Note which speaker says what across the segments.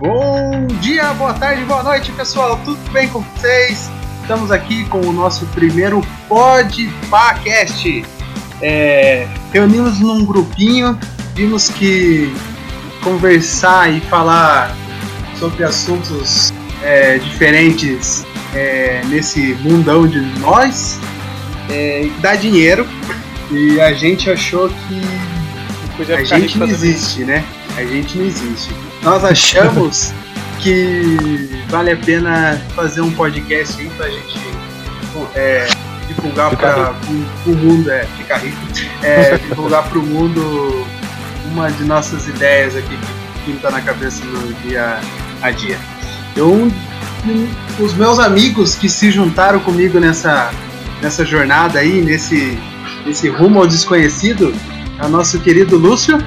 Speaker 1: Bom dia, boa tarde, boa noite, pessoal. Tudo bem com vocês? Estamos aqui com o nosso primeiro Podpacast. É, reunimos num grupinho, vimos que conversar e falar sobre assuntos é, diferentes é, nesse mundão de nós é, dá dinheiro e a gente achou que
Speaker 2: Podia
Speaker 1: a
Speaker 2: ficar
Speaker 1: gente
Speaker 2: rico
Speaker 1: não
Speaker 2: fazendo isso.
Speaker 1: existe, né? A gente não existe. Nós achamos que vale a pena fazer um podcast aí pra gente é, divulgar
Speaker 2: Ficar
Speaker 1: para o mundo, é, ficar rico, é, divulgar pro mundo uma de nossas ideias aqui que pinta na cabeça no dia a dia. Eu, os meus amigos que se juntaram comigo nessa, nessa jornada aí, nesse, nesse rumo ao desconhecido, é o nosso querido Lúcio.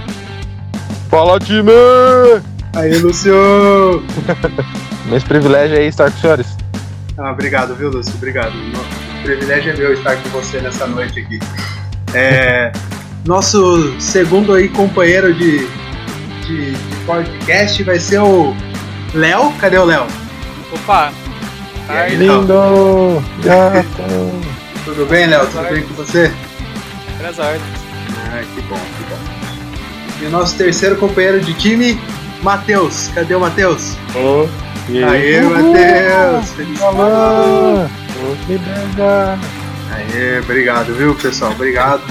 Speaker 3: Fala, time!
Speaker 1: Aí, Lúcio!
Speaker 3: Meu privilégio é estar com os senhores.
Speaker 1: Ah, obrigado, viu, Lúcio? Obrigado. O privilégio é meu estar com você nessa noite aqui. É, nosso segundo aí companheiro de, de, de podcast vai ser o Léo. Cadê o Léo?
Speaker 2: Opa!
Speaker 1: E aí,
Speaker 2: Ai,
Speaker 1: Léo?
Speaker 3: Lindo! Gato!
Speaker 1: Tudo bem, Léo? Tudo bem com você?
Speaker 3: É.
Speaker 2: as ordens.
Speaker 1: Ah, que bom, que bom. E o nosso terceiro companheiro de time, Matheus. Cadê o Matheus?
Speaker 3: Ô, e
Speaker 1: Aê, Matheus! Feliz
Speaker 3: Alô! Ô, que beleza!
Speaker 1: Aê, obrigado, viu, pessoal? Obrigado.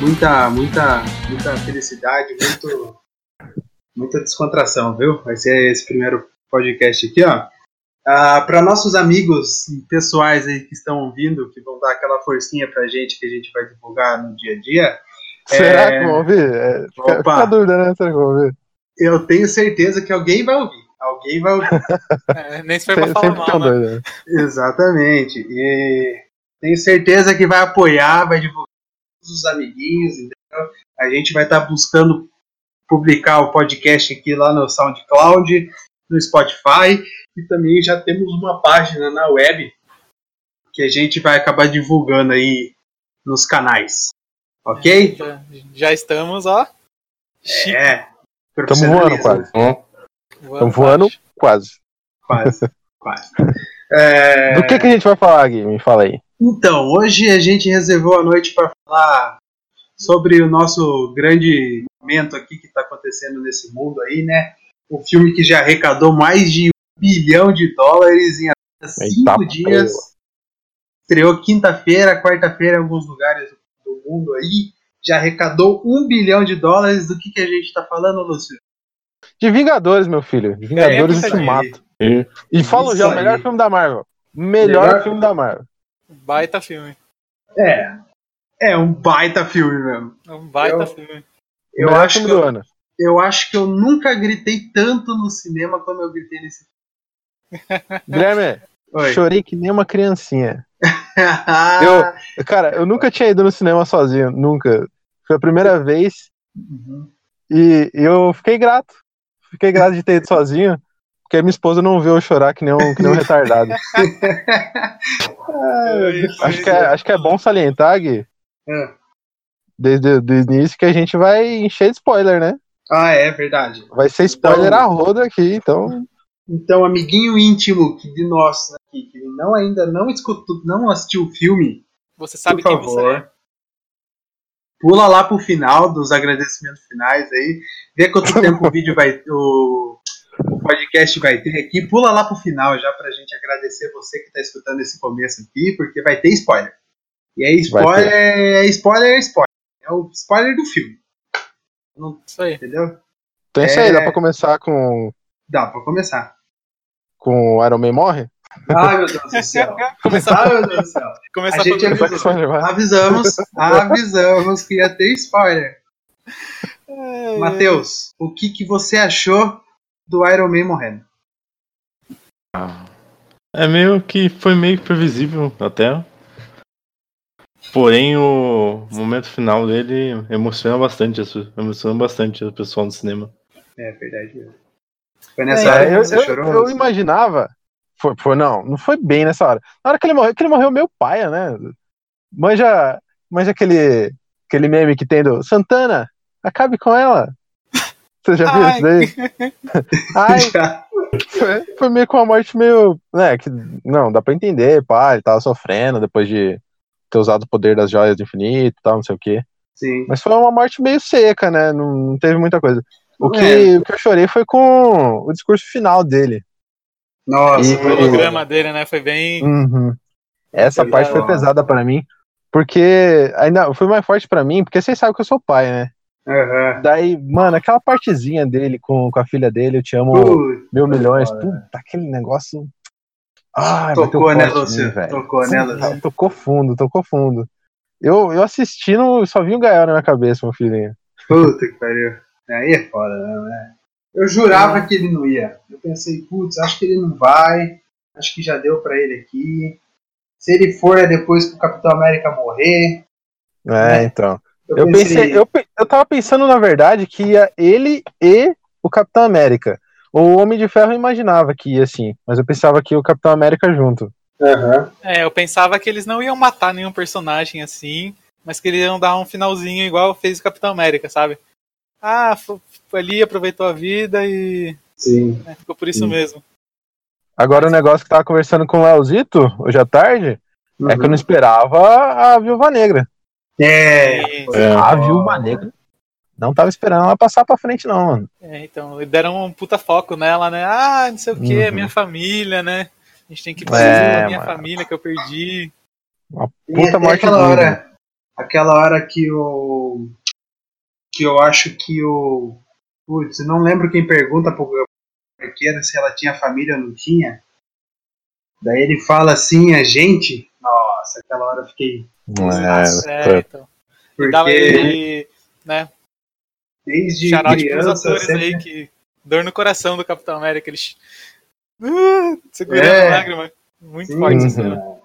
Speaker 1: Muita, muita, muita felicidade, muito, muita descontração, viu? Vai ser esse primeiro podcast aqui, ó. Para nossos amigos e pessoais aí que estão ouvindo, que vão dar aquela forcinha pra gente que a gente vai divulgar no dia a dia,
Speaker 3: Será que vão ouvir? É, fica,
Speaker 1: Opa.
Speaker 3: fica a dúvida, né? Será que vão ouvir?
Speaker 1: eu tenho certeza que alguém vai ouvir. Alguém vai ouvir.
Speaker 2: É, nem se foi pra
Speaker 3: Se-
Speaker 2: falar
Speaker 3: sempre tem
Speaker 2: mal,
Speaker 3: um
Speaker 2: né?
Speaker 3: doido. né?
Speaker 1: Exatamente. E tenho certeza que vai apoiar, vai divulgar com os amiguinhos, entendeu? A gente vai estar buscando publicar o podcast aqui lá no SoundCloud, no Spotify e também já temos uma página na web que a gente vai acabar divulgando aí nos canais. Ok?
Speaker 2: Já, já estamos, ó. Chique.
Speaker 1: É.
Speaker 3: Tamo voando quase.
Speaker 2: Voando.
Speaker 3: voando.
Speaker 2: baixo.
Speaker 3: Quase.
Speaker 1: Quase, quase. É,
Speaker 3: Do que, que a gente vai falar, Gui? Me fala aí.
Speaker 1: Então, hoje a gente reservou a noite para falar sobre o nosso grande momento aqui que está acontecendo nesse mundo aí, né? O filme que já arrecadou mais de um bilhão de dólares em apenas
Speaker 3: Eita
Speaker 1: cinco
Speaker 3: porra.
Speaker 1: dias. Estreou quinta-feira, quarta-feira em alguns lugares do mundo aí. Já arrecadou um bilhão de dólares. Do que, que a gente está falando, Lúcio?
Speaker 3: De Vingadores, meu filho. De Vingadores
Speaker 2: isso aí.
Speaker 3: Ultimato. E falo já, o
Speaker 1: É, Isso aí.
Speaker 3: melhor filme da Marvel. Melhor,
Speaker 1: Melhor-
Speaker 3: filme da Marvel.
Speaker 2: Baita filme.
Speaker 1: É. É um baita filme mesmo.
Speaker 2: Um baita
Speaker 1: Eu-
Speaker 2: filme.
Speaker 1: Eu
Speaker 3: melhor
Speaker 1: acho
Speaker 3: filme
Speaker 1: que eu-
Speaker 3: do ano.
Speaker 1: eu acho que eu nunca gritei tanto no cinema como eu gritei nesse
Speaker 3: Guilherme,
Speaker 1: Oi.
Speaker 3: chorei que nem uma criancinha.
Speaker 1: Ah.
Speaker 3: Eu- cara, eu nunca tinha ido no cinema sozinho, nunca. Foi a primeira vez
Speaker 1: Uhum.
Speaker 3: e eu fiquei grato. Fiquei grato de ter ido sozinho, porque minha esposa não viu eu chorar que nem um, que nem um retardado. Acho que, é, acho que é bom salientar, Gui,
Speaker 1: É.
Speaker 3: desde o início, que a gente vai encher de spoiler, né?
Speaker 1: Ah, é verdade.
Speaker 3: Vai ser spoiler a roda aqui, então.
Speaker 1: Então, amiguinho íntimo que de nós aqui, que não ainda não escutou, não assistiu o filme,
Speaker 2: Você sabe
Speaker 1: por
Speaker 2: quem
Speaker 1: favor.
Speaker 2: você é.
Speaker 1: Pula lá pro final dos agradecimentos finais aí. Vê quanto tempo o vídeo vai. O, o podcast vai ter aqui. Pula lá pro final já pra gente agradecer você que tá escutando esse começo aqui, porque vai ter spoiler. E aí, spoiler, é spoiler, é spoiler. É o spoiler do filme,
Speaker 2: Isso aí.
Speaker 1: entendeu?
Speaker 3: Então é isso aí,
Speaker 1: É.
Speaker 3: dá pra começar com,
Speaker 1: Dá pra começar.
Speaker 3: com Iron Man morre?
Speaker 1: Ai, meu Deus do céu.
Speaker 2: Começar,
Speaker 1: Ai, meu Deus do céu.
Speaker 2: começar
Speaker 1: A gente
Speaker 2: por-
Speaker 3: Vai, spoiler, vai.
Speaker 1: Avisamos, avisamos que ia ter spoiler. Matheus, o que, que você achou do Iron Man morrendo?
Speaker 4: É meio que foi meio previsível até. Porém, o momento final dele emociona bastante, as pe- emociona bastante o pessoal no cinema.
Speaker 1: É verdade mesmo. Foi nessa
Speaker 3: É,
Speaker 1: hora que
Speaker 3: eu,
Speaker 1: você
Speaker 3: eu-
Speaker 1: chorou?
Speaker 3: eu
Speaker 1: Lúcio?
Speaker 3: imaginava. Foi, foi, não, não foi bem nessa hora. Na hora que ele morreu, que ele morreu meu pai, né? Manja, manja aquele, aquele meme que tem do Santana, acabe com ela. Você já viu
Speaker 2: Ai.
Speaker 3: isso daí? Ai,
Speaker 1: Já.
Speaker 3: Foi, foi meio com uma morte meio. Né, que, não, dá pra entender, pá, ele tava sofrendo depois de ter usado o poder das joias do infinito e tal, não sei o quê.
Speaker 1: Sim.
Speaker 3: Mas foi uma morte meio seca, né? Não, não teve muita coisa. O
Speaker 1: É.
Speaker 3: que, o que eu chorei foi com o discurso final dele.
Speaker 1: Nossa,
Speaker 3: E-
Speaker 2: O holograma dele, né? Foi bem.
Speaker 3: Uhum. Essa
Speaker 1: Foi
Speaker 3: parte foi
Speaker 1: legal.
Speaker 3: pesada pra mim, porque ainda foi mais forte pra mim, porque vocês sabem que eu sou pai, né?
Speaker 1: Aham.
Speaker 3: Daí, mano, aquela partezinha dele com, com a filha dele, eu te amo
Speaker 1: Putz,
Speaker 3: mil milhões,
Speaker 4: foda.
Speaker 3: puta, aquele negócio. Ah,
Speaker 1: Tocou, né,
Speaker 3: Lúcio?
Speaker 1: Lúcio? Tocou, né, Lúcio?
Speaker 3: Tocou fundo, tocou fundo. Eu, eu assistindo, só vi um gaiola na minha cabeça, meu filhinho.
Speaker 1: Puta que pariu. Aí é foda, né? né? Eu jurava que ele não ia. Eu pensei, putz, acho que ele não vai. Acho que já deu pra ele aqui. Se ele for, é depois pro Capitão América morrer.
Speaker 3: É, então. Eu pensei, eu, pe- eu tava pensando, na verdade, que ia ele e o Capitão América. O Homem de Ferro eu imaginava que ia assim, mas eu pensava que ia o Capitão América junto.
Speaker 1: Aham.
Speaker 2: É, eu pensava que eles não iam matar nenhum personagem assim, mas que eles iam dar um finalzinho igual fez o Capitão América, sabe? Ah, fo- ali aproveitou a vida e
Speaker 1: Sim.
Speaker 2: né, ficou por isso
Speaker 3: Sim.
Speaker 2: mesmo.
Speaker 3: Agora o negócio que eu tava conversando com o Leozito hoje à tarde é que eu não esperava a Viúva Negra.
Speaker 1: É.
Speaker 2: E-
Speaker 4: É.
Speaker 3: A Viúva Negra. Não tava esperando ela passar pra frente, não, mano.
Speaker 2: é, então, e deram um puta foco nela, né? Ah, não sei o que,
Speaker 3: Uhum.
Speaker 2: minha família, né? A gente tem que
Speaker 3: É,
Speaker 2: fazer a minha
Speaker 3: mano.
Speaker 2: família que eu perdi.
Speaker 1: E
Speaker 3: Puta
Speaker 1: até
Speaker 3: morte
Speaker 1: aquela
Speaker 3: linda.
Speaker 1: hora, aquela hora que o que eu acho que o putz, eu não lembro quem pergunta pro Arqueira se ela tinha família ou não tinha. Daí ele fala assim, a gente. Nossa, aquela hora eu fiquei
Speaker 2: É, então. E dava
Speaker 1: porque
Speaker 2: ele,
Speaker 1: desde
Speaker 2: xarote pros
Speaker 1: criança eu
Speaker 2: atores
Speaker 1: sempre
Speaker 2: aí que. Dor no coração do Capitão América, eles. Ah, segurando
Speaker 1: É.
Speaker 2: a lágrima. Muito
Speaker 1: Sim.
Speaker 2: forte
Speaker 3: Uhum.
Speaker 2: essa cena.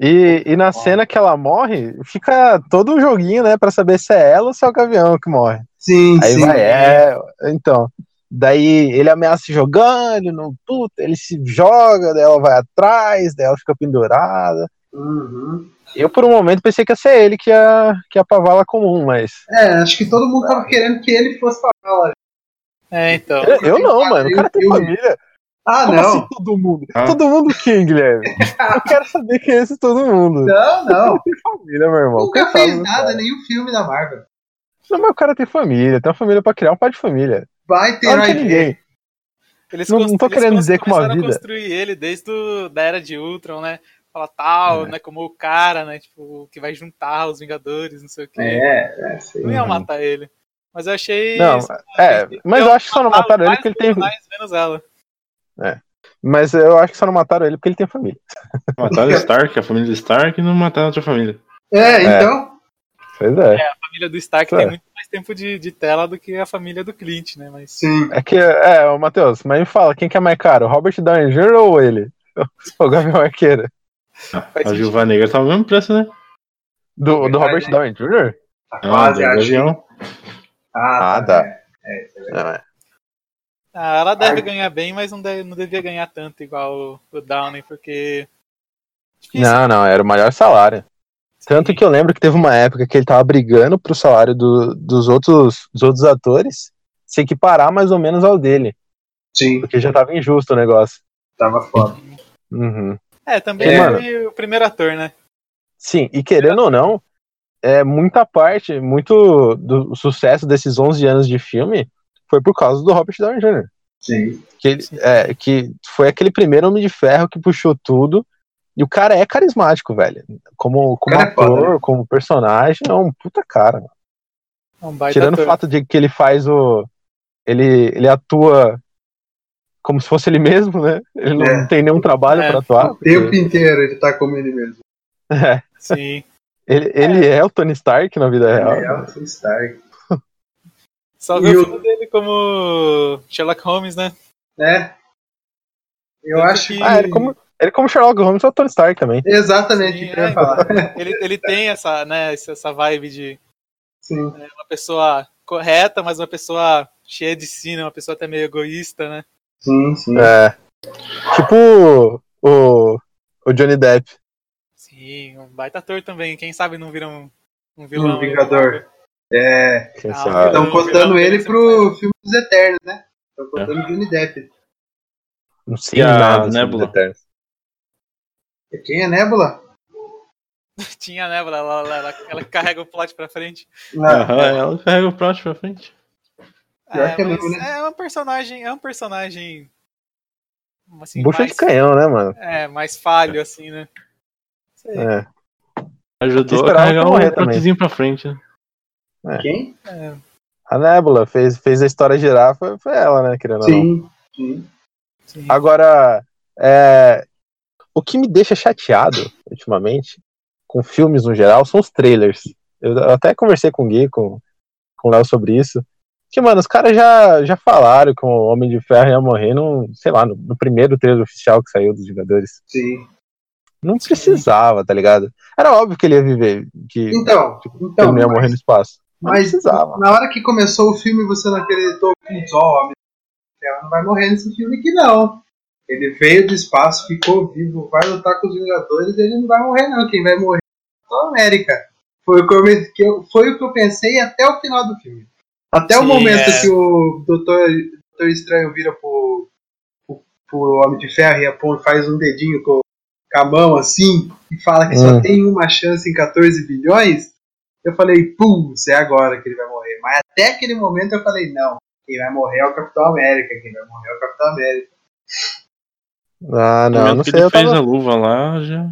Speaker 3: E, e na cena que ela morre, fica todo um joguinho, né, pra saber se é ela ou se é o Gavião que morre.
Speaker 1: Sim,
Speaker 3: Aí
Speaker 1: sim.
Speaker 3: vai, é. Então. Ele- Daí ele ameaça se jogando, não, puta, ele se joga, daí ela vai atrás, daí ela fica pendurada.
Speaker 1: Uhum.
Speaker 3: Eu, por um momento, pensei que ia ser ele que ia, que ia pra vala comum, mas.
Speaker 1: É, acho que todo mundo tava querendo que ele fosse pra lá.
Speaker 2: É, então.
Speaker 3: Eu, eu não, mano, o cara tem
Speaker 1: Filme.
Speaker 3: família.
Speaker 1: Ah,
Speaker 3: Como
Speaker 1: não.
Speaker 3: assim todo mundo?
Speaker 4: Ah.
Speaker 3: Todo mundo quem, Guilherme? Eu quero saber quem é esse todo mundo.
Speaker 1: Não, não.
Speaker 3: Tem família, meu irmão.
Speaker 1: Nunca
Speaker 3: Coitado
Speaker 1: fez
Speaker 3: do
Speaker 1: nada,
Speaker 3: né, cara.
Speaker 1: nenhum filme da Marvel.
Speaker 3: Não, mas o cara tem família, tem uma família pra criar, um pai de família.
Speaker 1: Vai ter
Speaker 3: Não tem
Speaker 1: vai ver.
Speaker 3: ninguém.
Speaker 2: Eles
Speaker 3: Não-
Speaker 2: cons-
Speaker 3: não tô
Speaker 2: eles
Speaker 3: querendo
Speaker 2: cons-
Speaker 3: dizer que uma
Speaker 2: começaram
Speaker 3: vida-
Speaker 2: a construir ele desde o, da era de Ultron, né? Fala tal,
Speaker 3: É.
Speaker 2: né? Como o cara, né? Tipo, que vai juntar os Vingadores, não sei o quê.
Speaker 1: É, é, sim.
Speaker 2: Não ia
Speaker 3: Uhum.
Speaker 2: matar ele. Mas eu achei.
Speaker 3: Não, é, mas eu acho que só não mataram ele
Speaker 2: vários
Speaker 3: porque ele tem.
Speaker 2: personagens, menos ela.
Speaker 3: Mas eu acho que só não mataram ele porque ele tem família.
Speaker 4: Mataram o Stark, a família do Stark e não mataram outra família.
Speaker 1: É, então.
Speaker 3: Pois é.
Speaker 2: A família do Stark
Speaker 3: Claro.
Speaker 2: tem muito mais tempo de, de tela do que a família do Clint, né? Mas.
Speaker 1: Sim.
Speaker 3: É que, é, ô Matheus, mas me fala, quem que é mais caro? o Robert Downey Jr. ou ele? O Gabriel Arqueiro?
Speaker 1: Ah,
Speaker 2: faz
Speaker 4: A
Speaker 2: sentido.
Speaker 4: Viúva Negra tava o mesmo preço, né?
Speaker 3: Do,
Speaker 1: Verdade,
Speaker 3: do Robert
Speaker 1: né?
Speaker 3: Downey Jr.?
Speaker 1: Tá quase,
Speaker 4: do
Speaker 1: acho.
Speaker 4: Gavião.
Speaker 3: Ah, dá.
Speaker 1: né?
Speaker 3: Não, é.
Speaker 2: Ah, ela deve
Speaker 1: Ai.
Speaker 2: ganhar bem, mas não, deve, não devia ganhar tanto igual o, o Downey, porque.
Speaker 3: não, não, era o maior salário. Tanto que eu lembro que teve uma época que ele tava brigando pro salário do- dos, outros, dos outros atores se equiparar mais ou menos ao dele.
Speaker 1: Sim,
Speaker 3: Porque já tava injusto o negócio.
Speaker 1: tava foda.
Speaker 3: Uhum.
Speaker 2: É, também
Speaker 1: É,
Speaker 2: foi o primeiro ator, né?
Speaker 3: Sim, e querendo ou não, é muita parte, muito do sucesso desses 11 anos de filme foi por causa do Robert Downey Jr.
Speaker 1: Sim.
Speaker 3: Que, ele- é, que foi aquele primeiro Homem de Ferro que puxou tudo. E o cara é carismático, velho. Como, como
Speaker 1: Cara é foda,
Speaker 3: ator, como personagem, é um puta cara.
Speaker 2: É Um baita
Speaker 3: Tirando o
Speaker 2: ator.
Speaker 3: fato de que ele faz o. Ele, ele atua como se fosse ele mesmo, né? Ele não
Speaker 1: É.
Speaker 3: tem nenhum trabalho
Speaker 2: É.
Speaker 3: pra atuar.
Speaker 1: o tempo inteiro ele tá como ele mesmo.
Speaker 2: Sim.
Speaker 3: Ele, ele é o Tony Stark na vida real.
Speaker 1: Ele é o Tony Stark.
Speaker 2: Só
Speaker 1: E
Speaker 2: ver
Speaker 1: o-
Speaker 2: o filme dele como Sherlock Holmes, né?
Speaker 1: É. Eu
Speaker 2: Tanto
Speaker 1: acho
Speaker 2: que-
Speaker 1: que.
Speaker 3: Ah, ele como, ele como Sherlock Holmes é o Tony Stark também.
Speaker 1: Exatamente o
Speaker 2: Sim,
Speaker 1: que eu ia
Speaker 2: é,
Speaker 1: falar.
Speaker 2: Ele, ele tem essa, né, essa essa vibe de
Speaker 1: Sim.
Speaker 2: uma pessoa correta, mas uma pessoa cheia de si, né? Uma pessoa até meio egoísta, né?
Speaker 1: Sim, sim.
Speaker 3: É. Tipo o, o Johnny Depp.
Speaker 2: Sim, um baita ator também. Quem sabe não vira um, um vilão. né?
Speaker 1: Um Vingador. É.
Speaker 3: Quem
Speaker 2: Ah,
Speaker 3: sabe?
Speaker 2: então-
Speaker 3: É.
Speaker 1: Estão contando ele pro filme dos Eternos, né? Estão contando o Johnny Depp.
Speaker 3: Não sei
Speaker 4: E a
Speaker 3: nada sobre
Speaker 4: Nebula?
Speaker 3: os Eternos.
Speaker 1: Quem é Nebula?
Speaker 2: Tinha a Nebula, ela, ela, ela, ela carrega o plot pra frente.
Speaker 1: Não.
Speaker 4: Aham, ela carrega o plot pra frente.
Speaker 1: Pior
Speaker 2: É,
Speaker 1: que é
Speaker 2: mas
Speaker 1: mesmo, né?
Speaker 2: é um personagem, é um personagem assim,
Speaker 3: Bucha
Speaker 2: mais,
Speaker 3: de canhão, né, mano?
Speaker 2: é, mais falho, assim, né? É.
Speaker 3: É.
Speaker 4: Ajudou a
Speaker 3: Esperava
Speaker 4: carregar
Speaker 3: pra morrer
Speaker 4: o
Speaker 3: também.
Speaker 4: plotzinho pra frente. né?
Speaker 1: Quem?
Speaker 2: É,
Speaker 3: A Nebula fez, fez a história girar, foi, foi ela, né, querendo ou não.
Speaker 1: Sim. Sim.
Speaker 2: sim.
Speaker 3: Agora, é, o que me deixa chateado ultimamente, com filmes no geral, são os trailers. Eu, eu até conversei com o Gui, com, com o Léo sobre isso. Que, mano, os caras já, já falaram que o Homem de Ferro ia morrer, no, sei lá, no, no primeiro trailer oficial que saiu dos Vingadores.
Speaker 1: Sim.
Speaker 3: Não precisava, tá ligado? Era óbvio que ele ia viver, que
Speaker 1: Então,
Speaker 3: que ele
Speaker 1: então
Speaker 3: não ia morrer no espaço. Mas,
Speaker 1: mas-
Speaker 3: não precisava.
Speaker 1: na hora que começou o filme você não acreditou que um ó, homem ela não vai morrer nesse filme aqui não. Ele veio do espaço, ficou vivo, vai lutar com os Vingadores e ele não vai morrer não. Quem vai morrer é a América. Foi o que eu, me- que eu- foi o que eu pensei até o final do filme. Até o
Speaker 2: Sim,
Speaker 1: momento
Speaker 2: é.
Speaker 1: que o Doutor, Doutor Estranho vira pro, pro, pro Homem de Ferro e aponta- faz um dedinho com, com a mão assim e fala que só
Speaker 3: Hum.
Speaker 1: tem uma chance em 14 bilhões, eu falei, putz, é agora que ele vai morrer. Mas até aquele momento eu falei, não, quem vai morrer é o Capitão América, quem vai morrer é o Capitão América.
Speaker 3: Ah,
Speaker 4: No
Speaker 3: não,
Speaker 4: momento
Speaker 3: não
Speaker 4: é que
Speaker 3: sei.
Speaker 4: ele
Speaker 3: Eu
Speaker 4: fez
Speaker 3: tava...
Speaker 4: a luva lá, já.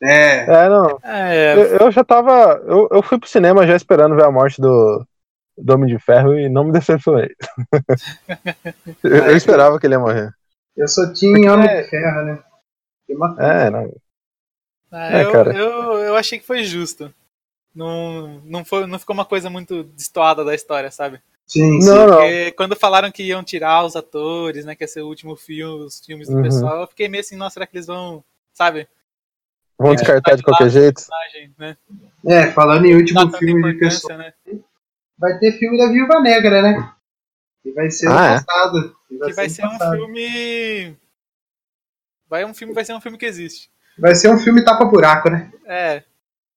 Speaker 1: É,
Speaker 3: É, não.
Speaker 2: É,
Speaker 3: Eu, eu já tava. Eu, eu fui pro cinema já esperando ver a morte do, do Homem de Ferro e não me decepcionei. eu, eu esperava que ele ia morrer.
Speaker 1: eu só tinha Homem
Speaker 3: É.
Speaker 1: de Ferro, né? Eu matei.
Speaker 3: É, não.
Speaker 2: ah,
Speaker 3: É,
Speaker 2: eu,
Speaker 3: cara.
Speaker 2: eu, eu achei que foi justo. Não, não, foi, não ficou uma coisa muito destoada da história, sabe?
Speaker 1: Sim, sim.
Speaker 3: Não, não.
Speaker 2: Porque quando falaram que iam tirar os atores, né? Que ia ser o último filme, os filmes do
Speaker 3: Uhum.
Speaker 2: pessoal, eu fiquei meio assim, nossa, será que eles vão, sabe? é,
Speaker 3: Vão descartar
Speaker 2: tá
Speaker 3: de qualquer jeito.
Speaker 2: personagem, né?
Speaker 1: É, falando em último
Speaker 2: Dá tanta
Speaker 1: filme de pessoa.
Speaker 2: importância, né?
Speaker 1: Vai ter filme da Viúva Negra, né? Que vai ser
Speaker 3: Ah,
Speaker 1: no
Speaker 3: é?
Speaker 1: passado.
Speaker 2: Que vai ser
Speaker 1: no
Speaker 2: um
Speaker 1: passado.
Speaker 2: filme. Vai um filme, vai ser um filme que existe.
Speaker 1: Vai ser um filme tapa-buraco, né?
Speaker 2: É.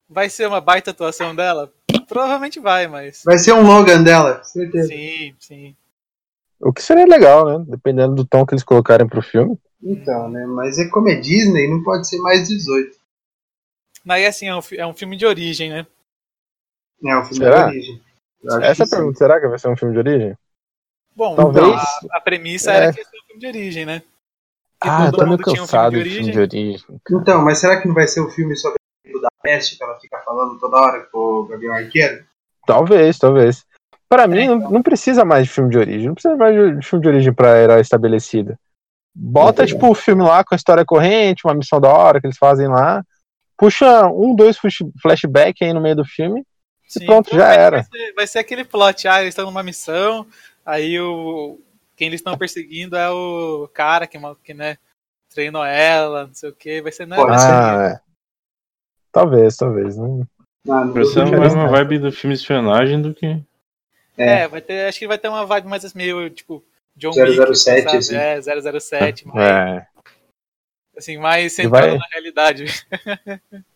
Speaker 2: Vai ser uma baita atuação dela? Provavelmente vai, mas.
Speaker 1: Vai ser um Logan dela, certeza.
Speaker 2: Sim, sim.
Speaker 3: O que seria legal, né? Dependendo do tom que eles colocarem pro filme.
Speaker 1: Então, né? Mas é como é Disney, não pode ser mais 18.
Speaker 2: Mas assim, é um, fi- é um filme de origem, né?
Speaker 1: É, o filme
Speaker 3: Será?
Speaker 1: da origem. Eu acho
Speaker 3: Essa é a
Speaker 1: que sim.
Speaker 3: pergunta, será que vai ser um filme de origem?
Speaker 2: Bom, então,
Speaker 3: Talvez.
Speaker 2: a, a premissa
Speaker 3: É.
Speaker 2: era que ia ser um filme de origem, né? Que
Speaker 3: Ah, eu
Speaker 2: todo
Speaker 3: tô meio
Speaker 2: mundo tinha um filme
Speaker 3: cansado
Speaker 2: de
Speaker 3: de filme
Speaker 2: origem.
Speaker 3: de origem.
Speaker 1: Então, mas será que não vai ser o filme sobre o da peste que ela fica falando toda hora com o Gabriel Arqueiro?
Speaker 3: Talvez, talvez. Pra
Speaker 2: É,
Speaker 3: mim, não,
Speaker 2: então.
Speaker 3: não precisa mais de filme de origem. Não precisa mais de de filme de origem pra herói estabelecido. Bota,
Speaker 1: Não,
Speaker 3: tipo, o filme lá com a história corrente, uma missão da hora que eles fazem lá. Puxa um, dois fush- flashback aí no meio do filme.
Speaker 2: Sim,
Speaker 3: pronto, já
Speaker 2: provavelmente
Speaker 3: era.
Speaker 2: Vai ser, vai ser aquele plot, ah, eles estão numa missão, aí o quem eles estão perseguindo é o cara que, ma- que né, treinou ela, não sei o que, vai ser não,
Speaker 1: Pode
Speaker 2: vai ser-
Speaker 3: Ah, é. Talvez, talvez. Não...
Speaker 1: Ah, não
Speaker 4: Vai ser
Speaker 3: Uhum.
Speaker 1: duvido.
Speaker 4: mais é uma vibe do filme de espionagem do que.
Speaker 1: É.
Speaker 2: É, vai ter, acho que vai ter uma vibe mais assim, meio tipo John
Speaker 1: 007,
Speaker 2: Wick,
Speaker 1: assim.
Speaker 2: sabe? É, 007, mas,
Speaker 3: É.
Speaker 2: assim, mais
Speaker 3: E
Speaker 2: centrado
Speaker 3: vai-
Speaker 2: na realidade.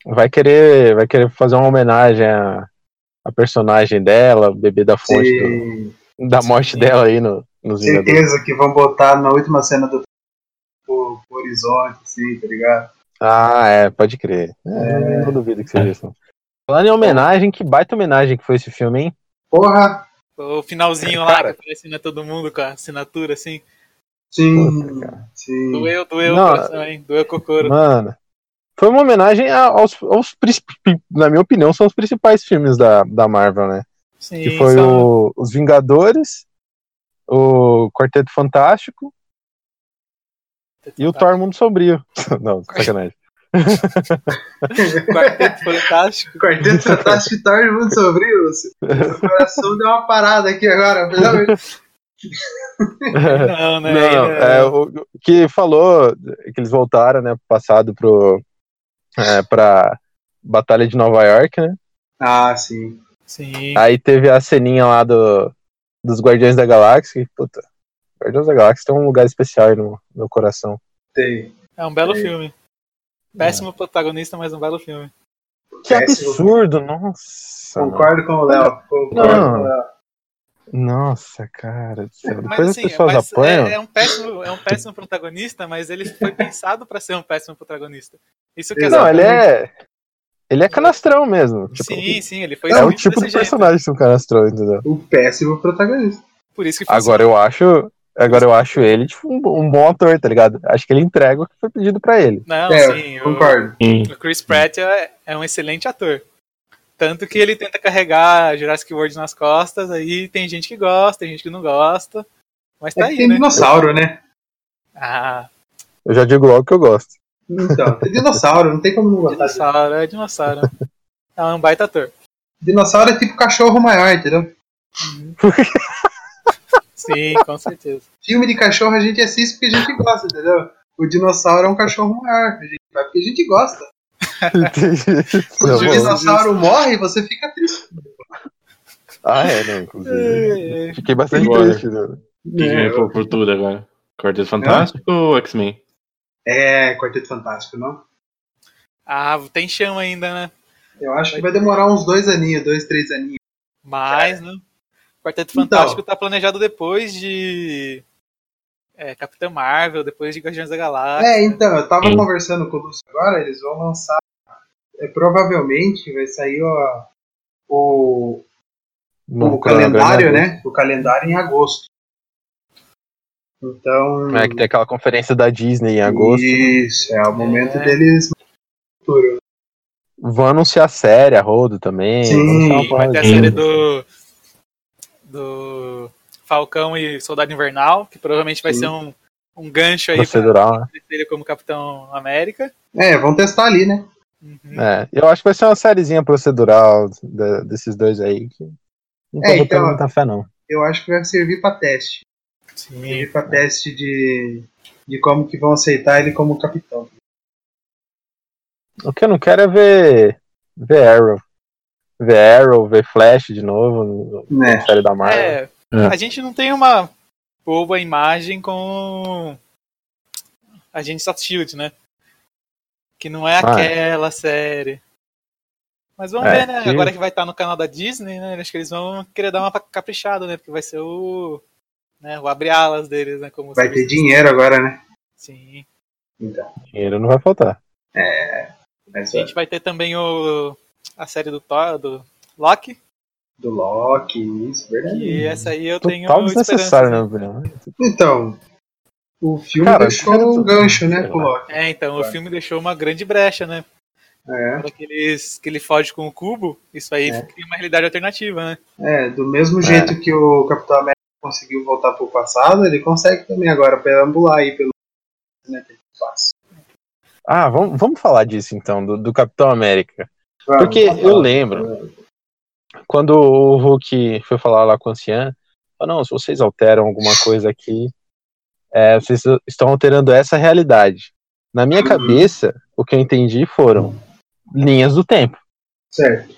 Speaker 3: Vai querer, vai querer fazer uma homenagem à, à personagem dela, beber da fonte do-
Speaker 1: Sim,
Speaker 3: da morte dela aí no, nos Vingadores.
Speaker 1: certeza que vão botar na última cena do o, o horizonte, assim, tá ligado?
Speaker 3: Ah, é, pode crer. É,
Speaker 1: É.
Speaker 3: Não duvido que seja isso. Falando em homenagem, que baita homenagem que foi esse filme, hein?
Speaker 1: Porra!
Speaker 2: O finalzinho lá que aparece né, todo mundo com a assinatura, assim.
Speaker 1: Sim,
Speaker 3: Puta, cara.
Speaker 1: sim.
Speaker 2: Doeu, doeu o
Speaker 3: Não,
Speaker 2: coração, hein? Doeu o cocoro.
Speaker 3: Mano, foi uma homenagem a- aos, aos princi- na minha opinião, são os principais filmes da, da Marvel, né?
Speaker 2: Sim,
Speaker 3: Que foi
Speaker 2: só-
Speaker 3: o, Os Vingadores, o Quarteto Fantástico e o Thor Mundo Sombrio. Não, sacanagem.
Speaker 2: um Quarteto Fantástico.
Speaker 1: Quarteto Fantástico tá Thor Mundo Sombrio, Lúcio. Meu coração deu uma parada aqui agora. finalmente.
Speaker 2: Não, né?
Speaker 3: Não,
Speaker 2: Ele-
Speaker 3: é, o, o que falou que eles voltaram, né, pro passado pro, é, pra Batalha de Nova York, né?
Speaker 1: Ah, sim.
Speaker 2: Sim.
Speaker 3: Aí teve a ceninha lá do, dos Guardiões da Galáxia. que, Puta, Guardiões da Galáxia tem um lugar especial aí no no meu coração.
Speaker 1: Tem.
Speaker 2: É um belo
Speaker 1: É.
Speaker 2: filme.
Speaker 3: É.
Speaker 2: Péssimo protagonista, mas um belo filme.
Speaker 3: Que
Speaker 1: Péssimo.
Speaker 3: absurdo, nossa.
Speaker 1: Tá
Speaker 3: mano.
Speaker 1: Concordo com o Léo. Concordo
Speaker 3: Não.
Speaker 1: com o Léo.
Speaker 3: Nossa, cara. do céu.
Speaker 2: Mas,
Speaker 3: Depois
Speaker 2: assim,
Speaker 3: as pessoas
Speaker 2: mas
Speaker 3: apanham.
Speaker 2: é, é um péssimo, é um péssimo protagonista, mas ele foi pensado pra ser um péssimo protagonista. Isso que
Speaker 3: Não, ele é. Ele é canastrão mesmo. Tipo,
Speaker 2: um Sim, sim, ele foi
Speaker 3: é o
Speaker 2: muito
Speaker 3: tipo do
Speaker 2: desse jeito.
Speaker 3: personagem ser um canastrão, entendeu?
Speaker 1: O Um péssimo protagonista.
Speaker 2: Por isso que
Speaker 3: Agora eu acho. Agora eu acho ele tipo, um, bo- um bom ator, tá ligado? Acho que ele entrega o que foi pedido pra ele.
Speaker 2: Não,
Speaker 1: é,
Speaker 2: sim, o,
Speaker 1: concordo.
Speaker 4: Sim.
Speaker 2: o Chris Pratt é, é um excelente ator. Tanto que ele tenta carregar Jurassic World nas costas, aí tem gente que gosta, tem gente que não gosta. Mas
Speaker 1: É
Speaker 2: tá
Speaker 1: que
Speaker 2: aí,
Speaker 1: tem
Speaker 2: né?
Speaker 1: dinossauro, né?
Speaker 2: Ah,
Speaker 3: Eu já digo logo que eu gosto.
Speaker 1: Então, tem dinossauro, não tem como não gostar. disso.
Speaker 2: dinossauro, é dinossauro. É um baita ator.
Speaker 1: Dinossauro é tipo cachorro maior, entendeu?
Speaker 2: Sim, com certeza.
Speaker 1: Filme de cachorro a gente assiste porque a gente gosta, entendeu? O dinossauro é um cachorro maior, a gente vai porque a gente gosta.
Speaker 3: Entendi.
Speaker 1: Se o
Speaker 3: Não, bom.
Speaker 1: dinossauro morre, você fica triste.
Speaker 3: Ah, é, né? Inclusive.
Speaker 2: É, é.
Speaker 3: Fiquei bastante
Speaker 4: Agora.
Speaker 3: triste, né?
Speaker 4: O que que vem por, por tudo agora? Quarteto Fantástico ou X-Men?
Speaker 1: É, Quarteto Fantástico, não?
Speaker 2: Ah, tem chão ainda, né?
Speaker 1: Eu acho que vai demorar uns dois aninhos, dois, três aninhos.
Speaker 2: Mas, né? Quarteto
Speaker 1: Então.
Speaker 2: Fantástico tá planejado depois de é, Capitã Marvel, depois de Guardiões da Galáxia.
Speaker 1: É, então, eu tava
Speaker 4: Sim.
Speaker 1: conversando com o Lúcio agora, eles vão lançar. É, provavelmente vai sair ó, o, o
Speaker 3: No
Speaker 1: calendário, né? O calendário em agosto. Então.
Speaker 3: É que tem aquela conferência da Disney em agosto.
Speaker 1: Isso, é o momento
Speaker 2: É.
Speaker 1: deles. Futuro.
Speaker 3: Vão anunciar a série, a Rodo também.
Speaker 1: Sim,
Speaker 2: E
Speaker 3: vão anunciar
Speaker 2: Então,
Speaker 3: uma
Speaker 2: vai
Speaker 3: porrada
Speaker 2: ter a
Speaker 3: de
Speaker 2: série
Speaker 3: coisa.
Speaker 2: do, do Falcão e Soldado Invernal, que provavelmente vai
Speaker 1: Sim.
Speaker 2: ser um, um gancho aí pra
Speaker 3: Procedural, né?
Speaker 2: ele como Capitão América.
Speaker 1: É, vão testar ali, né?
Speaker 2: Uhum.
Speaker 3: É, eu acho que vai ser uma sériezinha procedural de- desses dois aí. que não tô
Speaker 1: É,
Speaker 3: botando
Speaker 1: então-
Speaker 3: muita fé, não.
Speaker 1: Eu acho que vai servir pra teste.
Speaker 2: Sim.
Speaker 1: Servir pra teste de, de como que vão aceitar ele como capitão.
Speaker 3: O que eu não quero é ver, ver Arrow. Ver Arrow, ver Flash de novo,
Speaker 1: Né?
Speaker 3: na série da Marvel.
Speaker 2: É,
Speaker 4: É.
Speaker 2: a gente não tem uma boa imagem com Agentes of Shield, né? Que não é
Speaker 3: Ah, é.
Speaker 2: aquela série. Mas vamos
Speaker 3: É,
Speaker 2: ver, né?
Speaker 3: que-
Speaker 2: Agora que vai estar no canal da Disney, né? Acho que eles vão querer dar uma caprichada, né? Porque vai ser o. Né, o abre-alas deles, né? Como
Speaker 1: Vai ter
Speaker 2: serviço-
Speaker 1: dinheiro agora, né?
Speaker 2: Sim.
Speaker 1: Então,
Speaker 3: Dinheiro não vai faltar.
Speaker 1: mas é
Speaker 2: A gente vai ter também o, a série do Thor, do Loki.
Speaker 1: do Loki, isso, verdade.
Speaker 2: E é- essa aí eu tenho.
Speaker 3: Total desnecessário,
Speaker 2: esperança.
Speaker 3: na minha opinião. né?
Speaker 1: Então, o filme
Speaker 3: Cara,
Speaker 1: deixou
Speaker 3: cara,
Speaker 1: um
Speaker 3: tô-
Speaker 1: gancho, né,
Speaker 4: sei
Speaker 1: pro Loki.
Speaker 2: É, então, o filme deixou uma grande brecha, né?
Speaker 1: É,
Speaker 2: hora que, eles, que ele foge com o cubo, isso aí
Speaker 1: É.
Speaker 2: cria uma realidade alternativa, né?
Speaker 1: é, do mesmo jeito que o Capitão América conseguiu voltar pro passado, ele consegue também agora perambular aí pelo né, que ele faz.
Speaker 3: Ah, vamos, vamos falar disso então, do, do Capitão América.
Speaker 1: Vamos,
Speaker 3: Porque
Speaker 1: vamos
Speaker 3: eu
Speaker 1: lá.
Speaker 3: lembro, quando o Hulk foi falar lá com o Anciã, falou, não, se vocês alteram alguma coisa aqui, é, vocês estão alterando essa realidade. Na minha
Speaker 1: Uhum.
Speaker 3: cabeça, o que eu entendi foram linhas do tempo.
Speaker 1: Certo.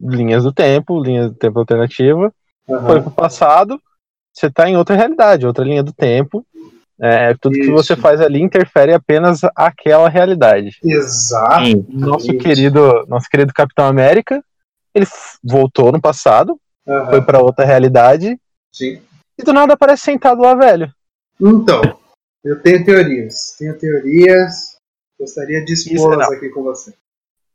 Speaker 3: Linhas do tempo, linhas do tempo alternativa,
Speaker 1: Uhum.
Speaker 3: foi
Speaker 1: Aham.
Speaker 3: pro passado, você tá em outra realidade, outra linha do tempo. É, tudo que
Speaker 1: Isso.
Speaker 3: você faz ali interfere apenas aquela realidade.
Speaker 1: Exato.
Speaker 4: Sim.
Speaker 3: nosso
Speaker 1: Isso.
Speaker 3: querido, nosso querido Capitão América, ele f- voltou no passado,
Speaker 1: Aham,
Speaker 3: foi pra outra realidade
Speaker 1: sim.
Speaker 3: e do nada aparece sentado lá, velho.
Speaker 1: Então, eu tenho teorias. Tenho teorias. Gostaria de expô-las aqui com você.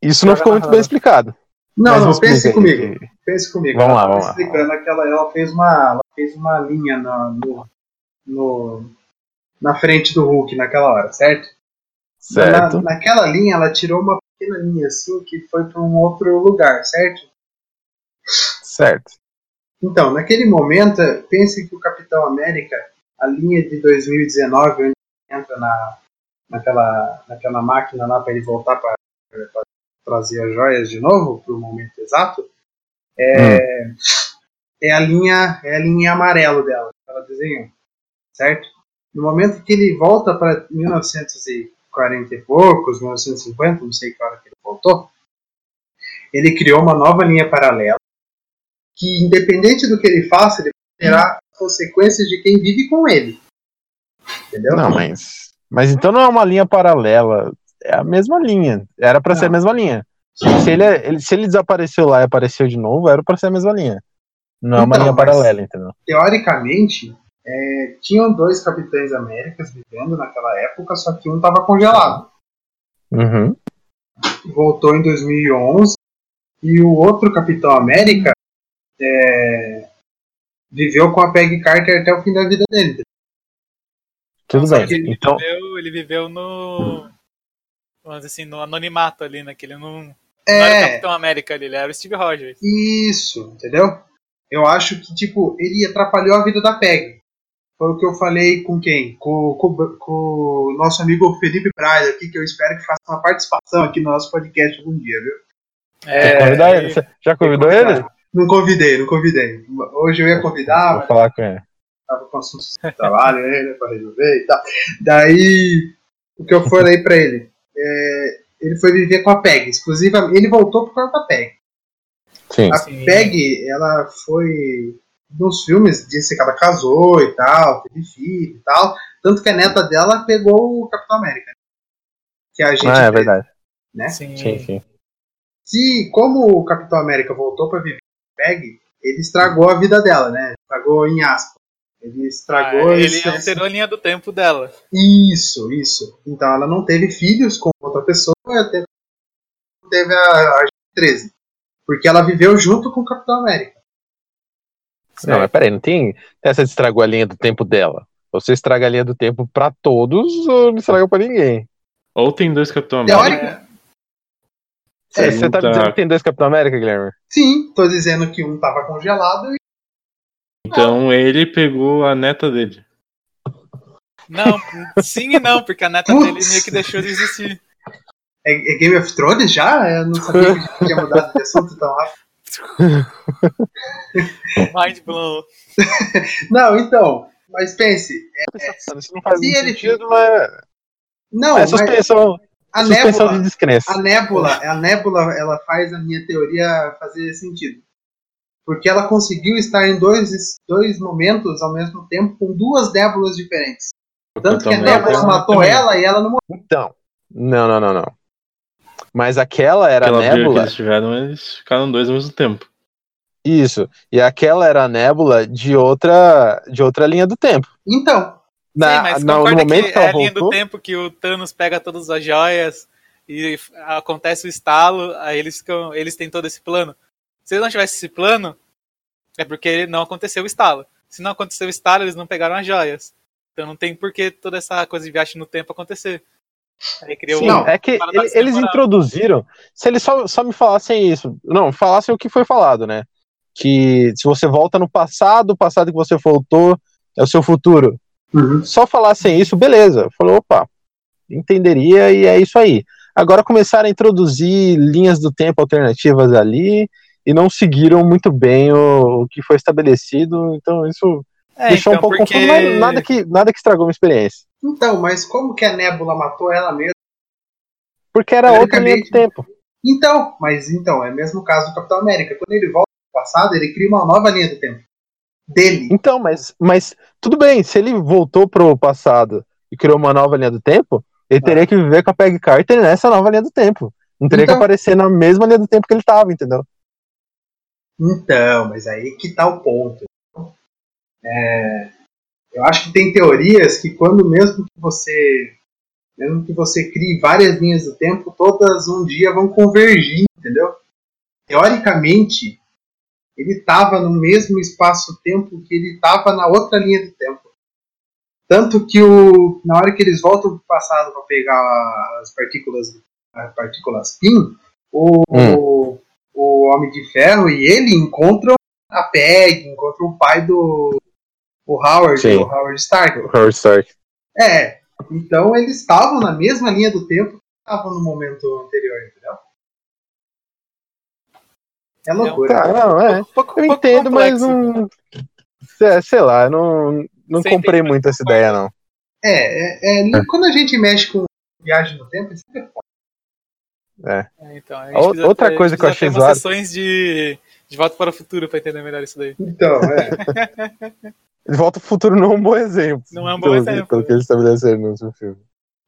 Speaker 3: Isso não ficou muito bem explicado.
Speaker 1: Não,
Speaker 3: Mas me
Speaker 1: não,
Speaker 3: explica
Speaker 1: pense
Speaker 3: aí
Speaker 1: comigo.
Speaker 3: que-
Speaker 1: Pense comigo.
Speaker 3: Vamos
Speaker 1: ela
Speaker 3: lá,
Speaker 1: tava
Speaker 3: vamos lá.
Speaker 1: explicando que ela, ela fez uma, ela fez uma linha na, no, no- na frente do Hulk naquela hora, certo? Então,
Speaker 3: Certo.
Speaker 1: Na, naquela linha, ela tirou uma pequena linha assim que foi para um outro lugar, certo?
Speaker 3: Certo.
Speaker 1: Então, naquele momento, pense que o Capitão América, a linha de 2019, onde ele entra na, naquela, naquela máquina lá para ele voltar para trazer as joias de novo para o momento exato, é, é a linha é a linha amarelo dela, que ela desenhou, certo? No momento que ele volta para 1940 e poucos, 1950, não sei que hora que ele voltou, ele criou uma nova linha paralela que independente do que ele faça, ele terá consequências de quem vive com ele. Entendeu?
Speaker 3: Não, mas. Mas então não é uma linha paralela. É a mesma linha. Era pra ser a
Speaker 1: Não.
Speaker 3: é, mesma linha. Se ele, ele- se ele desapareceu lá e apareceu de novo, era pra ser a mesma linha. Não é uma
Speaker 1: Então,
Speaker 3: linha
Speaker 1: mas-
Speaker 3: paralela, entendeu?
Speaker 1: Teoricamente, é, tinham dois Capitães Américas vivendo naquela época, só que um estava congelado.
Speaker 3: Uhum.
Speaker 1: Voltou em 2011 e o outro Capitão América é, viveu com a Peggy Carter até o fim da vida dele.
Speaker 3: Tudo
Speaker 2: Só
Speaker 3: bem.
Speaker 2: que ele,
Speaker 3: Então,
Speaker 2: viveu, ele viveu no. Vamos dizer assim, no anonimato ali, né? Que ele não, não era o
Speaker 1: É,
Speaker 2: Capitão América ali, ele era o Steve Rogers.
Speaker 1: isso, entendeu? Eu acho que, tipo, ele atrapalhou a vida da Peggy. Foi o que eu falei com quem? Com, com- com o nosso amigo Felipe Braz aqui, que eu espero que faça uma participação aqui no nosso podcast algum dia, viu? É,
Speaker 3: você convidar ele?
Speaker 2: e-
Speaker 3: Você já convidou ele?
Speaker 1: Tá. Não convidei, não convidei. Hoje eu ia convidar,
Speaker 3: Vou
Speaker 1: mas
Speaker 3: falar com ele.
Speaker 1: tava com assunto de trabalho ainda pra resolver e tal. Daí, o que eu falei pra ele? é, ele foi viver com a PEG, exclusivamente. Ele voltou por causa da PEG.
Speaker 3: Sim.
Speaker 1: A
Speaker 2: É, Sim.
Speaker 1: PEG, ela foi. Nos filmes, disse que ela casou e tal, teve filho e tal. Tanto que a neta dela pegou o Capitão América. né? Que a gente.
Speaker 3: Ah, é verdade.
Speaker 1: né?
Speaker 4: É.
Speaker 2: Sim.
Speaker 3: Sim, sim.
Speaker 1: Se, como o Capitão América voltou pra viver com a Peg, ele estragou a vida dela, né? Estragou em aspas. Ele estragou
Speaker 2: Ah, ele
Speaker 1: esse-
Speaker 2: alterou a linha do tempo dela.
Speaker 1: isso, isso. Então ela não teve filhos com outra pessoa, até teve a, a 13. Porque ela viveu junto com o Capitão América.
Speaker 4: É.
Speaker 3: Não, é
Speaker 2: É.
Speaker 3: mas peraí, não tem essa de estragou a linha do tempo dela. Ou Você estraga a linha do tempo pra todos ou não estraga pra ninguém?
Speaker 4: Ou tem dois Capitão América.
Speaker 1: Teórica, É,
Speaker 3: Você, você tá
Speaker 1: então,
Speaker 4: Pergunta-
Speaker 3: dizendo que tem dois Capitão América, Guilherme?
Speaker 1: sim, tô dizendo que um tava congelado e
Speaker 4: Então ele pegou a neta dele.
Speaker 2: Não, sim e não, porque a neta
Speaker 1: Putz.
Speaker 2: dele meio que deixou de existir.
Speaker 1: é, é Game of Thrones já? Eu não sabia que tinha mudado de assunto tão rápido.
Speaker 2: Mind blown.
Speaker 1: Não, então, mas pense.
Speaker 3: Isso não faz
Speaker 1: Se
Speaker 3: muito
Speaker 1: ele-
Speaker 3: sentido, mas.
Speaker 1: Não,
Speaker 3: é
Speaker 1: mas
Speaker 3: suspensão,
Speaker 1: a
Speaker 3: suspensão
Speaker 1: nébula.
Speaker 3: de descrença.
Speaker 1: A nébula, a nébula, ela faz a minha teoria fazer sentido. Porque ela conseguiu estar em dois, dois momentos ao mesmo tempo com duas nébulas diferentes. Tanto que a
Speaker 4: Capitão América.
Speaker 1: nébula matou ela e ela não morreu.
Speaker 3: Então. Não, não, não, não. Mas aquela era
Speaker 4: Aquela
Speaker 3: a
Speaker 4: briga que
Speaker 3: nébula.
Speaker 4: eles tiveram, eles ficaram dois ao mesmo tempo.
Speaker 3: Isso. E aquela era a nébula de outra, de outra linha do tempo.
Speaker 1: Então,
Speaker 3: Na,
Speaker 2: sim, mas
Speaker 3: na- no
Speaker 2: concorda
Speaker 3: momento tá que,
Speaker 2: que é
Speaker 3: ela
Speaker 2: a linha do
Speaker 3: voltou.
Speaker 2: tempo que o Thanos pega todas as joias e f- acontece o estalo, aí eles ficam, eles têm todo esse plano. Se eles não tivessem esse plano, é porque não aconteceu o estalo. Se não aconteceu o estalo, eles não pegaram as joias. Então não tem por que toda essa coisa de viagem no tempo acontecer. Aí criou um-
Speaker 3: Sim,
Speaker 1: Não,
Speaker 3: é que
Speaker 2: paradoxo
Speaker 3: ele- eles
Speaker 2: temporal.
Speaker 3: introduziram. Se eles só, só me falassem isso, não, falassem o que foi falado, né? Que se você volta no passado, o passado que você voltou é o seu futuro. Só falassem isso, beleza. Eu Falei, opa, entenderia e é isso aí. Agora começaram a introduzir linhas do tempo alternativas ali e não seguiram muito bem o, o que foi estabelecido. Então isso
Speaker 2: É,
Speaker 3: deixou
Speaker 2: então,
Speaker 3: um pouco
Speaker 2: porque-
Speaker 3: confuso, mas nada que, nada que estragou minha experiência.
Speaker 1: então, mas como que a nébula matou ela mesmo?
Speaker 3: Porque era outra linha do
Speaker 1: Teoricamente,
Speaker 3: tempo.
Speaker 1: Então, mas então, é o mesmo caso do Capitão América. Quando ele volta ao passado, ele cria uma nova linha do tempo. Dele.
Speaker 3: Então, mas, mas tudo bem, se ele voltou pro passado e criou uma nova linha do tempo, ele
Speaker 2: É.
Speaker 3: teria que viver com a Peg Carter nessa nova linha do tempo. Não teria
Speaker 1: Então.
Speaker 3: que aparecer na mesma linha do tempo que ele tava, entendeu?
Speaker 1: Então, mas aí que tá o ponto. É, eu acho que tem teorias que quando mesmo que você mesmo que você crie várias linhas do tempo, todas um dia vão convergir, entendeu? Teoricamente, ele tava no mesmo espaço-tempo que ele tava na outra linha do tempo. Tanto que o, na hora que eles voltam pro passado para pegar as partículas, as partículas PIN, o,
Speaker 3: Hum.
Speaker 1: o o Homem de Ferro e ele encontram a Peg, encontram o pai do o Howard,
Speaker 3: Sim.
Speaker 1: o Howard Stark.
Speaker 3: Howard Stark.
Speaker 1: É, então eles estavam na mesma linha do tempo que estavam no momento anterior, entendeu? É loucura.
Speaker 3: Tá, não, é.
Speaker 2: um pouco-
Speaker 3: Eu
Speaker 2: pouco
Speaker 3: entendo, mas
Speaker 2: complexo.
Speaker 3: não. Sei, sei lá, eu não, não
Speaker 2: Você
Speaker 3: comprei
Speaker 2: entende, mas
Speaker 3: muito essa ideia, não.
Speaker 1: É, é, é, quando a gente mexe com viagem no tempo, isso é foda.
Speaker 2: É, então, a gente
Speaker 3: Ou-
Speaker 2: precisa
Speaker 3: outra
Speaker 2: ter-
Speaker 3: coisa que eu
Speaker 2: precisa
Speaker 3: achei
Speaker 2: ter umas
Speaker 3: zoado.
Speaker 2: sessões de, de Volta para o Futuro pra entender melhor isso daí.
Speaker 1: Então, é.
Speaker 3: De Volta ao Futuro não é um bom exemplo.
Speaker 2: Não é um bom
Speaker 3: pelo-
Speaker 2: exemplo.
Speaker 3: Pelo que eles estabeleceram no último filme.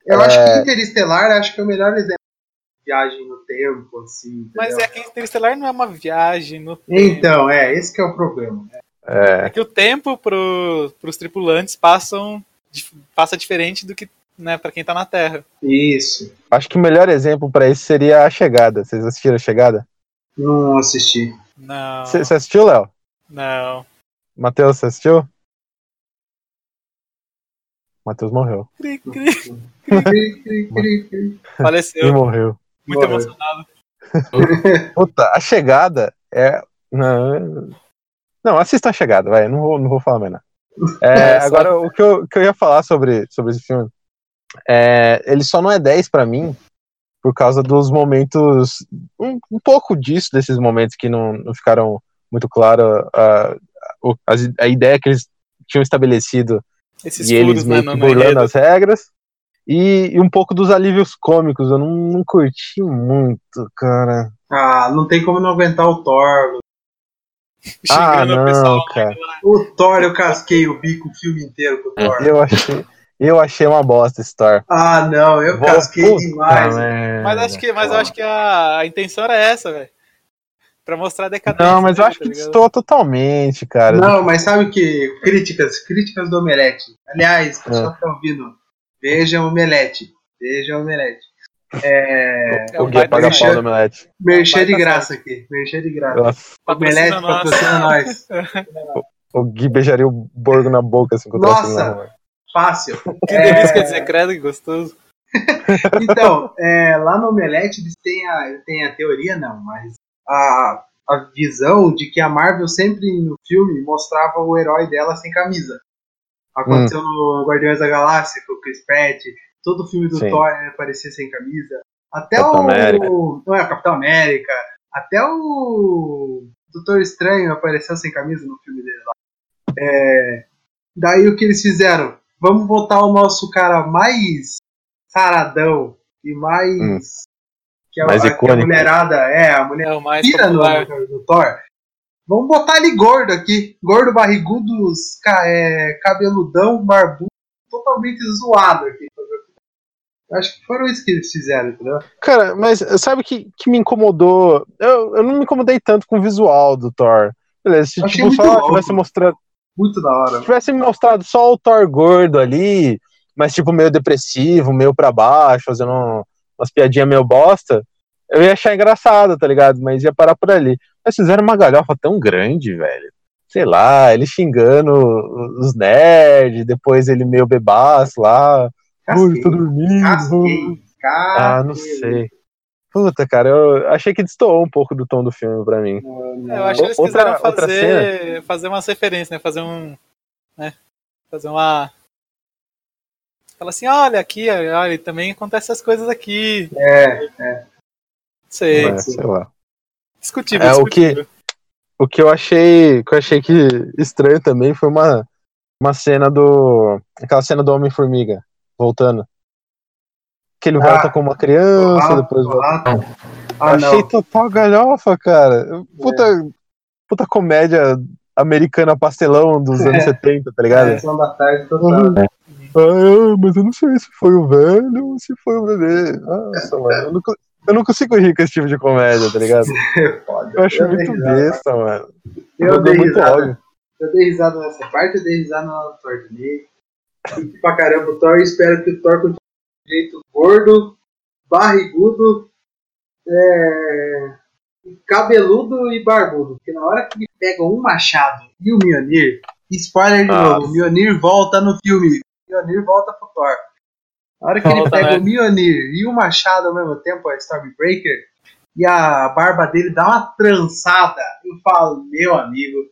Speaker 1: Eu acho
Speaker 3: É.
Speaker 1: que Interestelar acho que é o melhor exemplo de viagem no tempo, assim. entendeu?
Speaker 2: Mas é que Interestelar não é uma viagem no tempo.
Speaker 1: Então, é, esse que é o problema.
Speaker 3: É,
Speaker 2: É que o tempo pro, pros tripulantes passam, dif- passa diferente do que né, para quem tá na Terra.
Speaker 1: Isso.
Speaker 3: acho que o melhor exemplo pra isso seria a chegada. Vocês assistiram a chegada?
Speaker 1: Não assisti.
Speaker 2: Não,
Speaker 3: Você você assistiu, Léo?
Speaker 2: não.
Speaker 3: Matheus, você assistiu? Matheus morreu.
Speaker 2: Cri, cri,
Speaker 1: Cri, cri, cri, cri.
Speaker 3: Ele
Speaker 2: Faleceu,
Speaker 3: morreu.
Speaker 2: muito
Speaker 1: Morreu.
Speaker 2: emocionado.
Speaker 3: Puta, a chegada é. Não, não assista a chegada, vai. Não vou, não vou falar mais nada. É,
Speaker 2: É, só-
Speaker 3: agora, o que eu, que eu ia falar sobre, sobre esse filme. É, ele só não é 10 pra mim por causa dos momentos. Um, um pouco disso, desses momentos que não, não ficaram muito claro a, a, as- a ideia que eles tinham estabelecido
Speaker 2: Esses
Speaker 3: e eles
Speaker 2: furos né,
Speaker 3: meio
Speaker 2: no,
Speaker 3: que
Speaker 2: no
Speaker 3: burlando
Speaker 2: enredo.
Speaker 3: as regras. E, e um pouco dos alívios cômicos, eu não, não curti muito, cara.
Speaker 1: Ah, não tem como não aguentar o Thor.
Speaker 3: Ah,
Speaker 2: Xingando o pessoal. né,
Speaker 3: não, cara.
Speaker 1: O Thor, eu casquei o bico o filme inteiro com o Thor.
Speaker 3: Eu achei, eu achei uma bosta esse Thor.
Speaker 1: Ah, não, eu
Speaker 3: Vou-
Speaker 1: casquei
Speaker 3: puta
Speaker 1: demais.
Speaker 3: merda,
Speaker 2: Mas é acho que, mas eu
Speaker 3: cara.
Speaker 2: acho que a, a intenção era essa, velho. Pra mostrar a decadência.
Speaker 3: Não, mas eu
Speaker 2: dele,
Speaker 3: acho
Speaker 2: tá
Speaker 3: que
Speaker 2: ligado?
Speaker 3: estou totalmente, cara.
Speaker 1: Não, mas sabe o que? Críticas, críticas do Omelete. Aliás, o pessoal
Speaker 3: Ah.
Speaker 1: que tá ouvindo, vejam o Omelete. Vejam o Omelete. É,
Speaker 2: É
Speaker 3: o
Speaker 2: o
Speaker 3: Gui
Speaker 2: pai do
Speaker 3: apaga a pau
Speaker 1: Michel.
Speaker 3: do Omelete.
Speaker 1: merchan de
Speaker 2: tá
Speaker 1: graça aqui. Merchan de graça.
Speaker 3: Nossa,
Speaker 1: Omelete
Speaker 2: Patrocina nós.
Speaker 1: patrocina nós.
Speaker 3: O Gui beijaria o Borgo na boca assim, se encontrasse ele na
Speaker 1: Nossa.
Speaker 3: rua.
Speaker 1: Fácil.
Speaker 2: Que delícia
Speaker 3: É.
Speaker 2: quer dizer credo, que gostoso.
Speaker 1: Então, é, lá no Omelete eles têm a, têm a teoria, não, mas a, a visão de que a Marvel sempre no filme mostrava o herói dela sem camisa. Aconteceu
Speaker 3: Hum.
Speaker 1: no Guardiões da Galáxia, com o Chris Pratt, todo o filme do
Speaker 3: Sim.
Speaker 1: Thor ele aparecia sem camisa. Até
Speaker 3: Capitão
Speaker 1: o.
Speaker 3: América.
Speaker 1: Não é, Capitão América. Até o Doutor Estranho apareceu sem camisa no filme dele lá. É, daí o que eles fizeram? Vamos botar o nosso cara mais saradão e mais.
Speaker 3: Hum.
Speaker 1: Que é o-
Speaker 3: Mais
Speaker 1: a, que a
Speaker 3: icônico.
Speaker 1: mulherada, é, a mulher
Speaker 2: É o mais
Speaker 1: pira no,
Speaker 2: popular.
Speaker 1: no Thor. Vamos botar ele gordo aqui. Gordo, barrigudo, os ca- é, cabeludão, barbudo, totalmente zoado aqui. Eu Acho que foram isso que eles fizeram, entendeu?
Speaker 3: Cara, mas sabe que, que me incomodou? Eu, eu não me incomodei tanto com o visual do Thor. Beleza, se
Speaker 1: Achei
Speaker 3: tipo,
Speaker 1: muito
Speaker 3: só
Speaker 1: louco.
Speaker 3: tivesse mostrado.
Speaker 1: Muito da hora.
Speaker 3: Se tivesse me mostrado só o Thor gordo ali, mas tipo meio depressivo, meio pra baixo, fazendo um- umas piadinhas meio bosta, eu ia achar engraçado, tá ligado? Mas ia parar por ali. Mas fizeram uma galhofa tão grande, velho. Sei lá, ele xingando os nerds, depois ele meio bebaço lá. Ui,
Speaker 1: Casquei,
Speaker 3: tô dormindo.
Speaker 1: casquei,
Speaker 3: Ah, não
Speaker 1: casquei.
Speaker 3: sei. Puta, cara, eu achei que destoou um pouco do tom do filme pra mim.
Speaker 2: É, eu acho que eles
Speaker 3: Outra-
Speaker 2: quiseram
Speaker 3: outra
Speaker 2: fazer, fazer umas referências, né? Fazer um. Né? Fazer uma. Fala assim, olha aqui, olha, também acontece essas coisas aqui. Não
Speaker 1: É,
Speaker 2: sei.
Speaker 3: É, sei lá.
Speaker 2: Discutível,
Speaker 3: É, o
Speaker 2: discutível.
Speaker 3: O que eu achei, que eu achei que estranho também foi uma, uma cena do aquela cena do Homem-Formiga voltando. Que ele
Speaker 1: Ah.
Speaker 3: volta com uma criança,
Speaker 1: ah,
Speaker 3: depois volta.
Speaker 1: ah,
Speaker 3: Eu
Speaker 1: ah,
Speaker 3: achei
Speaker 1: não. É.
Speaker 3: total galhofa, cara. Puta, puta comédia americana pastelão dos anos 70, tá ligado?
Speaker 1: Sessão da tarde
Speaker 3: Uhum.
Speaker 1: total.
Speaker 3: Ah, mas eu não sei se foi o velho ou se foi o bebê. Nossa, mano, eu não, co- eu não consigo rir com esse tipo de comédia, tá ligado?
Speaker 1: É foda.
Speaker 3: Eu acho
Speaker 1: dei
Speaker 3: muito
Speaker 1: risada.
Speaker 3: besta, mano.
Speaker 1: Eu dei
Speaker 3: Jogou muito
Speaker 1: risada.
Speaker 3: óbvio.
Speaker 1: Eu dei risada nessa parte, eu dei risada na Thor também. Curti pra caramba o Thor e espero que o Thor continue de jeito gordo, barrigudo, é, cabeludo e barbudo. Porque na hora que ele pega um machado e o Mionir, spoiler de
Speaker 3: Ah.
Speaker 1: novo, o Mionir volta no filme. O Mionir volta pro Thor. Na hora que ele
Speaker 2: Volta,
Speaker 1: pega
Speaker 2: né?
Speaker 1: o Mionir e o machado ao mesmo tempo, a Stormbreaker, e a barba dele dá uma trançada, eu falo, meu amigo.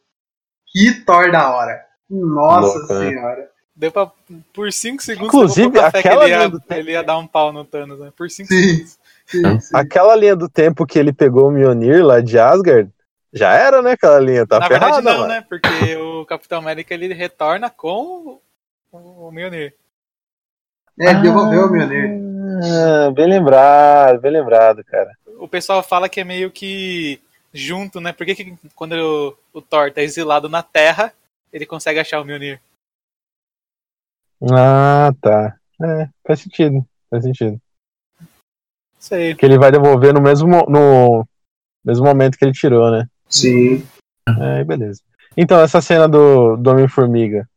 Speaker 1: Que Thor da hora. Nossa
Speaker 3: Louco, né?
Speaker 1: senhora.
Speaker 2: Deu pra, por 5 segundos
Speaker 3: Inclusive,
Speaker 2: eu vou botar fé
Speaker 3: aquela
Speaker 2: que
Speaker 3: linha
Speaker 2: ele
Speaker 3: do
Speaker 2: ia,
Speaker 3: tempo.
Speaker 2: ele ia dar um pau no Thanos, né? Por 5
Speaker 1: Sim.
Speaker 2: segundos.
Speaker 1: Sim, sim.
Speaker 3: Aquela linha do tempo que ele pegou o Mionir lá de Asgard, já era, né? Aquela linha, tá
Speaker 2: Na
Speaker 3: ferrada,
Speaker 2: verdade, não,
Speaker 3: mano.
Speaker 2: né? Porque o Capitão América ele retorna com o, o Mjolnir.
Speaker 1: É, ele devolveu o meu nerd.
Speaker 3: Ah, bem lembrado, bem lembrado, cara.
Speaker 2: o pessoal fala que é meio que junto, né? Por que, que quando o, o Thor tá exilado na Terra, ele consegue achar o Mjolnir?
Speaker 3: Ah, tá. É, faz sentido, faz sentido.
Speaker 2: Sei.
Speaker 3: Que ele vai devolver no mesmo, mo- no mesmo momento que ele tirou, né?
Speaker 1: Sim.
Speaker 3: É, beleza. Então, essa cena do, do Homem-Formiga.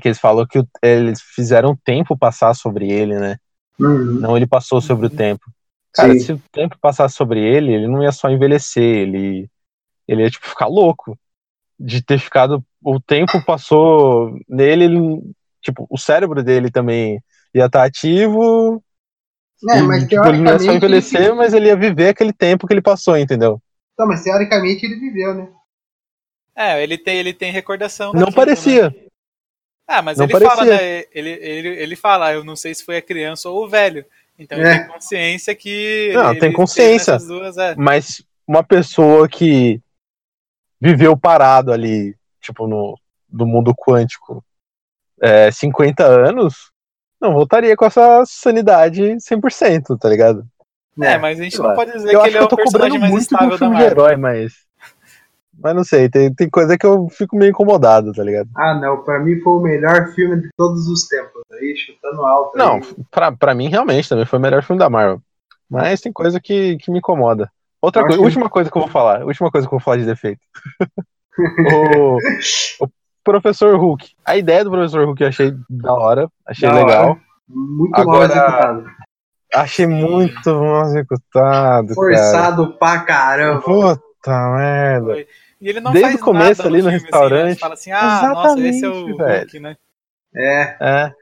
Speaker 3: Que eles falam que o- eles fizeram o tempo passar sobre ele, né?
Speaker 1: Uhum.
Speaker 3: Não ele passou sobre o tempo. Cara,
Speaker 1: Sim.
Speaker 3: se o tempo passasse sobre ele, ele não ia só envelhecer, ele, ele ia, tipo, ficar louco. De ter ficado. O tempo passou nele, ele, tipo, o cérebro dele também ia estar ativo.
Speaker 1: É,
Speaker 3: e,
Speaker 1: mas
Speaker 3: tipo, ele não ia só
Speaker 1: teoricamente,
Speaker 3: envelhecer,
Speaker 1: ele-
Speaker 3: mas ele ia viver aquele tempo que ele passou, entendeu?
Speaker 1: Não, mas teoricamente ele viveu, né?
Speaker 2: É, ele tem, ele tem recordação.
Speaker 3: Não
Speaker 2: daquilo, né?
Speaker 3: parecia.
Speaker 2: Ah, mas
Speaker 3: Não
Speaker 2: ele
Speaker 3: parecia.
Speaker 2: fala, né? Ele, ele, ele fala, "Ah, eu não sei se foi a criança ou o velho. Então
Speaker 1: É.
Speaker 2: ele tem consciência que.
Speaker 3: Não,
Speaker 2: ele
Speaker 3: tem
Speaker 2: teve
Speaker 3: consciência.
Speaker 2: essas duas, é.
Speaker 3: Mas uma pessoa que viveu parado ali, tipo, no do mundo quântico, é, 50 anos, não voltaria com essa sanidade 100%, tá ligado?
Speaker 2: É, mas a gente
Speaker 3: sei
Speaker 2: não
Speaker 3: lá.
Speaker 2: pode dizer
Speaker 3: Eu
Speaker 2: que
Speaker 3: acho
Speaker 2: ele
Speaker 3: que
Speaker 2: é
Speaker 3: eu
Speaker 2: o
Speaker 3: tô cobrando
Speaker 2: personagem mais
Speaker 3: muito com um
Speaker 2: estável da
Speaker 3: filme de
Speaker 2: Marvel.
Speaker 3: herói, mas. Mas não sei, tem, tem coisa que eu fico meio incomodado, tá ligado?
Speaker 1: Ah, não. Pra mim foi o melhor filme de todos os tempos. Aí chutando alto.
Speaker 3: Não,
Speaker 1: aí.
Speaker 3: pra, pra mim realmente também foi o melhor filme da Marvel. Mas tem coisa que, que me incomoda. Outra
Speaker 1: Eu
Speaker 3: coisa,
Speaker 1: acho-
Speaker 3: última coisa que eu vou falar, última coisa que eu vou falar de defeito. o, o Professor Hulk. A ideia do Professor Hulk eu achei da hora, achei
Speaker 1: Da
Speaker 3: legal.
Speaker 1: hora. Muito mal
Speaker 3: Agora-
Speaker 1: executado.
Speaker 3: Achei muito mal executado, cara.
Speaker 1: Forçado pra caramba.
Speaker 3: Puta merda.
Speaker 2: E ele não
Speaker 3: Desde
Speaker 2: faz
Speaker 3: o começo
Speaker 2: nada
Speaker 3: ali no
Speaker 2: filme, Assim, né?
Speaker 3: restaurante.
Speaker 2: Fala assim, ah, nossa, esse é o
Speaker 3: Exatamente, velho.
Speaker 2: Hulk, né?
Speaker 1: É,
Speaker 3: É,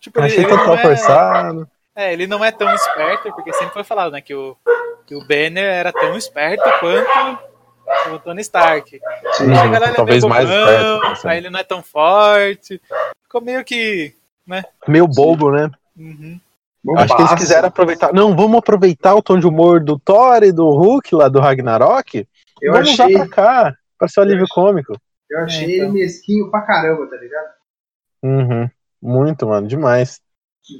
Speaker 2: Tipo, ele,
Speaker 3: achei
Speaker 2: ele, não
Speaker 3: total
Speaker 2: é,
Speaker 3: forçado.
Speaker 2: é, ele não é tão esperto, porque sempre foi falado, né, que o, que o Banner era tão esperto quanto o Tony Stark.
Speaker 1: sim.
Speaker 2: Aí a galera é
Speaker 3: Talvez
Speaker 2: meio
Speaker 3: mais
Speaker 2: bobão,
Speaker 3: esperto, né, pensando.
Speaker 2: Aí ele não é tão forte. Ficou meio que...
Speaker 3: Meio bobo, né?
Speaker 2: uhum.
Speaker 1: Bom
Speaker 3: Eu acho que eles
Speaker 1: passo.
Speaker 3: quiseram aproveitar. Não, vamos aproveitar o tom de humor do Thor e do Hulk lá do Ragnarok.
Speaker 1: Eu
Speaker 3: vamos usar
Speaker 1: achei-
Speaker 3: pra cá, pra ser um
Speaker 1: Eu
Speaker 3: alívio
Speaker 1: achei-
Speaker 3: cômico.
Speaker 1: Eu achei
Speaker 2: É, então.
Speaker 1: ele mesquinho pra caramba, tá ligado?
Speaker 3: Uhum. Muito, mano, demais.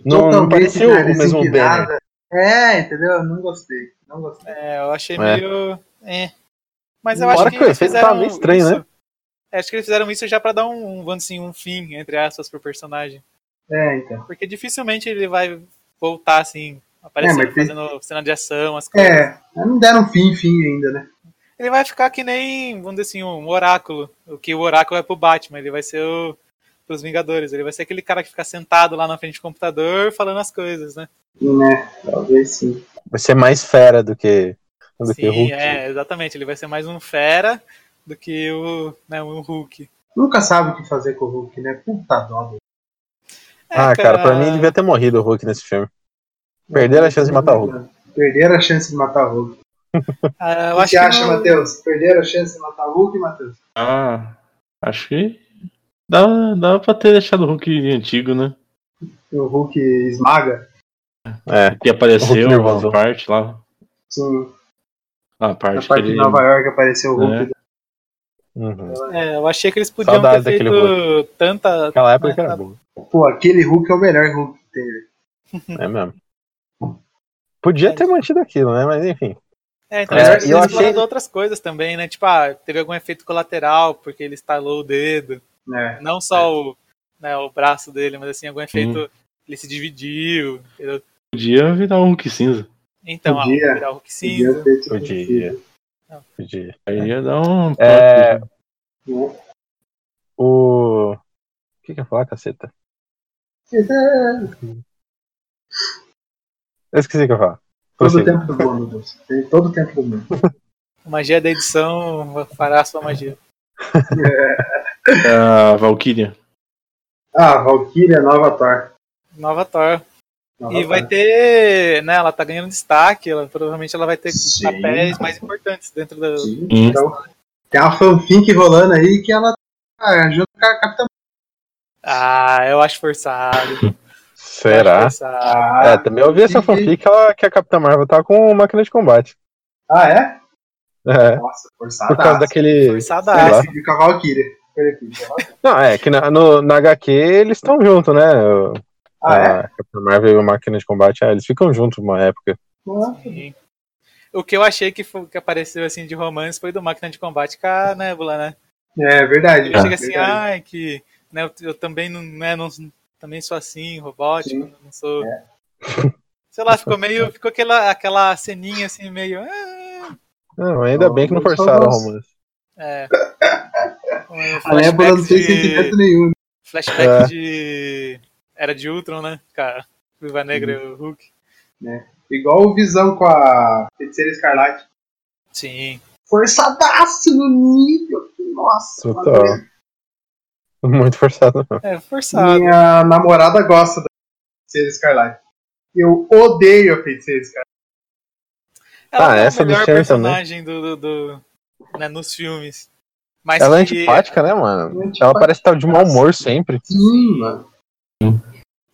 Speaker 3: Não, não
Speaker 1: Totalmente
Speaker 3: parecia o
Speaker 1: nada,
Speaker 3: mesmo
Speaker 1: assim,
Speaker 3: Banner.
Speaker 1: nada. É, entendeu? Não gostei. Não gostei.
Speaker 2: É, eu achei
Speaker 3: É.
Speaker 2: meio... É. Mas eu
Speaker 3: Fora
Speaker 2: acho que,
Speaker 3: que o
Speaker 2: eles
Speaker 3: efeito
Speaker 2: fizeram
Speaker 3: tava meio estranho,
Speaker 2: isso-
Speaker 3: né?
Speaker 2: é, Acho que eles fizeram isso já pra dar um, vamos assim, um fim, entre aspas, pro personagem.
Speaker 1: É, então.
Speaker 2: Porque dificilmente ele vai voltar assim, aparecendo,
Speaker 1: É, mas tem-
Speaker 2: fazendo cena de ação, as coisas.
Speaker 1: É, não deram fim, fim ainda, né?
Speaker 2: Ele vai ficar que nem, vamos dizer assim, um oráculo. O que o oráculo é pro Batman, ele vai ser o pros Vingadores. Ele vai ser aquele cara que fica sentado lá na frente do computador falando as coisas, né?
Speaker 1: Né, talvez sim.
Speaker 3: Vai ser mais fera do que, do que
Speaker 2: Sim,
Speaker 3: Hulk.
Speaker 2: é, exatamente. Ele vai ser mais um fera do que o, né, um Hulk.
Speaker 1: Nunca sabe o que fazer com o Hulk, né? Puta dó.
Speaker 2: É,
Speaker 3: Ah, cara, pra mim devia ter morrido o Hulk nesse filme. Perderam a chance de matar o Hulk.
Speaker 1: Perderam a chance de matar o Hulk.
Speaker 2: Ah,
Speaker 1: O
Speaker 2: eu
Speaker 1: que você
Speaker 2: acho que
Speaker 1: acha,
Speaker 2: não-
Speaker 1: Matheus? Perderam a chance de matar o Hulk, Matheus?
Speaker 4: Ah, acho que dá, dá pra ter deixado o Hulk antigo, né?
Speaker 1: O Hulk esmaga?
Speaker 3: É.
Speaker 4: Que apareceu
Speaker 3: nervoso.
Speaker 4: a parte lá.
Speaker 1: Sim.
Speaker 4: A
Speaker 1: Na
Speaker 4: parte que
Speaker 1: parte de
Speaker 4: ele. É.
Speaker 1: Nova York apareceu o Hulk.
Speaker 3: Uhum.
Speaker 2: é, eu achei que eles podiam
Speaker 3: Saudades
Speaker 2: ter
Speaker 3: daquele
Speaker 2: feito tanta.
Speaker 3: Naquela época que era boa.
Speaker 1: Pô, aquele Hulk é o melhor Hulk que teve.
Speaker 3: É mesmo. Podia ter mantido aquilo, né? Mas enfim.
Speaker 2: É, então
Speaker 3: É,
Speaker 2: eles podem
Speaker 3: eu
Speaker 2: ter
Speaker 3: achei-
Speaker 2: explorado outras coisas também, né? Tipo, ah, teve algum efeito colateral porque ele estalou o dedo.
Speaker 1: né?
Speaker 2: Não só o, né, o braço dele, mas assim, algum efeito. Ele se dividiu. entendeu?
Speaker 4: Podia virar um Hulk cinza.
Speaker 2: Então, ah,
Speaker 1: Podia.
Speaker 2: virar o que
Speaker 1: Podia
Speaker 2: cinza.
Speaker 1: ter tido
Speaker 3: Podia.
Speaker 2: Não.
Speaker 3: Podia.
Speaker 4: Aí ia dar um.
Speaker 3: É,
Speaker 1: sido, né?
Speaker 3: o. O que que eu ia falar, caceta?
Speaker 1: é
Speaker 3: Eu esqueci o que eu ia falar. assim?
Speaker 1: Todo o
Speaker 3: Prossiga.
Speaker 1: tempo do mundo, meu Deus. Tem todo o tempo do mundo.
Speaker 2: A magia da edição fará a sua magia.
Speaker 4: A Valkyria.
Speaker 1: Ah, Valkyria, Nova Thor.
Speaker 2: Nova Thor.
Speaker 1: Nova
Speaker 2: E vai
Speaker 1: Thor.
Speaker 2: ter. Né, ela tá ganhando destaque. Ela, provavelmente ela vai ter
Speaker 1: Sim.
Speaker 2: papéis mais importantes dentro da.
Speaker 1: Sim, Então, tem uma fanfic rolando aí que ela tá junto com a Capitã
Speaker 2: Ah, eu acho forçado. eu acho
Speaker 3: Será?
Speaker 2: forçado.
Speaker 3: É,
Speaker 1: Ah,
Speaker 3: também eu vi essa
Speaker 1: entendi.
Speaker 3: fanfic que, ela, que a Capitã Marvel tá com máquina de combate.
Speaker 1: ah é?
Speaker 3: É,
Speaker 1: Nossa,
Speaker 2: Tá
Speaker 1: forçada.
Speaker 3: por causa daquele. sei lá.
Speaker 2: Forçadaço.
Speaker 1: Parece de Cavalquíria.
Speaker 3: Não, é que na, no, na HQ eles estão juntos, né? O-
Speaker 1: Ah, é?
Speaker 3: a Capitã Marvel e a máquina de combate, ah, eles ficam juntos uma época.
Speaker 1: Não,
Speaker 2: Sim. O que eu achei que, foi- que apareceu assim de romance foi do Máquina de Combate com a Nebula, né?
Speaker 1: É verdade.
Speaker 2: Ele chega assim,
Speaker 1: verdade.
Speaker 2: ai, que né, eu, eu também não, né, não- também sou assim, robótico,
Speaker 1: Sim.
Speaker 2: não sou. Sei lá, ficou meio. Ficou aquela, aquela ceninha assim, meio.
Speaker 3: Não, ainda bem que não forçaram, Romulus.
Speaker 2: É. Um
Speaker 1: A Nebula não
Speaker 2: Flashback
Speaker 1: tem sentimento
Speaker 2: de.
Speaker 1: nenhum.
Speaker 2: Flashback
Speaker 3: É.
Speaker 2: de. Era de Ultron, né? Cara, Viva Negra e o Hulk.
Speaker 1: Igual o Visão com a Feiticeira Escarlate.
Speaker 2: Sim.
Speaker 1: Forçadaço no nível. Nossa,
Speaker 3: Total.
Speaker 1: mano.
Speaker 3: Muito forçado, não.
Speaker 2: É, forçado.
Speaker 1: minha namorada gosta da Feiticeira Escarlate. Eu odeio a Feiticeira Escarlate.
Speaker 2: Ela
Speaker 3: Ah,
Speaker 2: é
Speaker 3: essa
Speaker 2: o melhor
Speaker 3: bichinha
Speaker 2: personagem do, do, do- né, nos filmes. Mas
Speaker 3: Ela é
Speaker 2: que-
Speaker 3: antipática, né, mano?
Speaker 1: Antipática.
Speaker 3: Ela parece estar de mau humor sempre.
Speaker 1: Tipo, Sim, mano.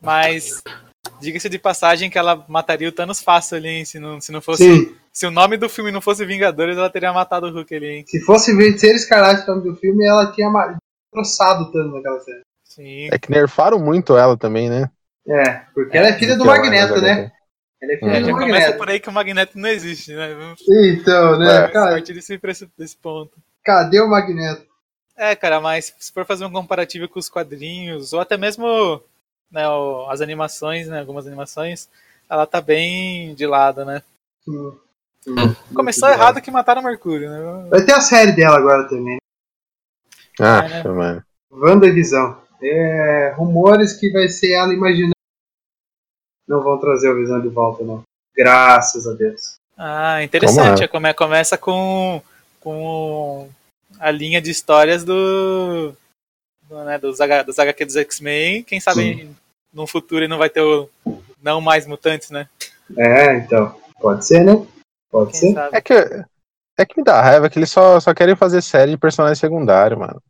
Speaker 2: Mas diga-se de passagem que ela mataria o Thanos fácil ali, hein? Se não, se não fosse.
Speaker 1: Sim,
Speaker 2: Se o nome do filme não fosse Vingadores, ela teria matado o Hulk ali, hein?
Speaker 1: se fosse Feiticeira Escarlate o nome do filme, ela tinha ma- troçado tanto naquela série.
Speaker 2: Sim.
Speaker 3: É que nerfaram muito ela também, né?
Speaker 1: É, porque ela é filha do
Speaker 3: Então,
Speaker 1: Magneto,
Speaker 3: ela-
Speaker 1: né? Ela é filha
Speaker 3: É,
Speaker 1: do
Speaker 2: já começa
Speaker 1: Magneto.
Speaker 2: por aí que o Magneto não existe, né? Vamos
Speaker 1: Então, né?
Speaker 3: É.
Speaker 1: Cara,
Speaker 2: partir desse, pra esse- desse ponto.
Speaker 1: cadê o Magneto?
Speaker 2: É, cara, mas se for fazer um comparativo com os quadrinhos, ou até mesmo né, o- as animações, né? Algumas animações, ela tá bem de lado, né?
Speaker 1: Sim. Sim.
Speaker 2: Começou
Speaker 1: Muito
Speaker 2: errado que mataram o Mercúrio, né?
Speaker 1: Vai ter a série dela agora também. né?
Speaker 3: Ah,
Speaker 2: É, né?
Speaker 3: mano.
Speaker 1: WandaVisão. É, rumores que vai ser ela imaginando. Não vão trazer o Visão de volta, não. Graças a Deus.
Speaker 2: Ah, interessante.
Speaker 3: Como
Speaker 2: é? Come, começa com, com a linha de histórias do, do, né, dos, H, dos HQ dos X-Men. Quem sabe no futuro não vai ter o não mais mutantes, né?
Speaker 1: É, então. Pode ser, né? Pode
Speaker 2: Quem
Speaker 1: ser.
Speaker 2: sabe?
Speaker 3: É que, é que me dá raiva que eles só, só querem fazer série de personagem secundário, mano.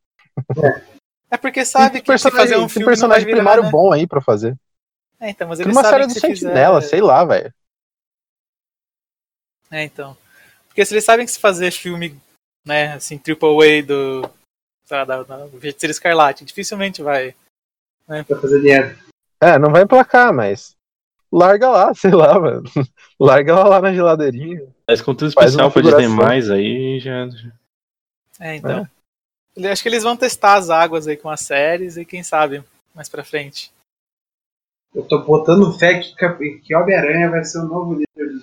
Speaker 2: É porque sabe
Speaker 3: Tem
Speaker 2: que se
Speaker 3: personagem-
Speaker 2: fazer um
Speaker 3: tem
Speaker 2: filme
Speaker 3: personagem
Speaker 2: não vai virar,
Speaker 3: primário
Speaker 2: né?
Speaker 3: bom aí pra fazer.
Speaker 2: É, então, mas
Speaker 3: Tem
Speaker 2: eles
Speaker 3: uma
Speaker 2: sabem
Speaker 3: série
Speaker 2: que
Speaker 3: do
Speaker 2: se fizer-
Speaker 3: Sentinela, sei lá, velho.
Speaker 2: É, então. Porque se eles sabem que se fazer filme, né, assim, triple A do. sei lá, da, da Feiticeira Escarlate, dificilmente vai.
Speaker 1: Pra fazer dinheiro.
Speaker 3: É, não vai emplacar, mas. Larga lá, sei lá, mano. Larga ela lá na geladeirinha.
Speaker 4: Mas conteúdo
Speaker 3: Faz uma
Speaker 4: especial pra Disney
Speaker 3: figuração.
Speaker 4: mais aí já.
Speaker 2: É, então. Ele- Acho que eles vão testar as águas aí com as séries e quem sabe mais pra frente.
Speaker 1: Eu tô botando fé que, Cap- que Homem-Aranha vai ser o novo líder. dos-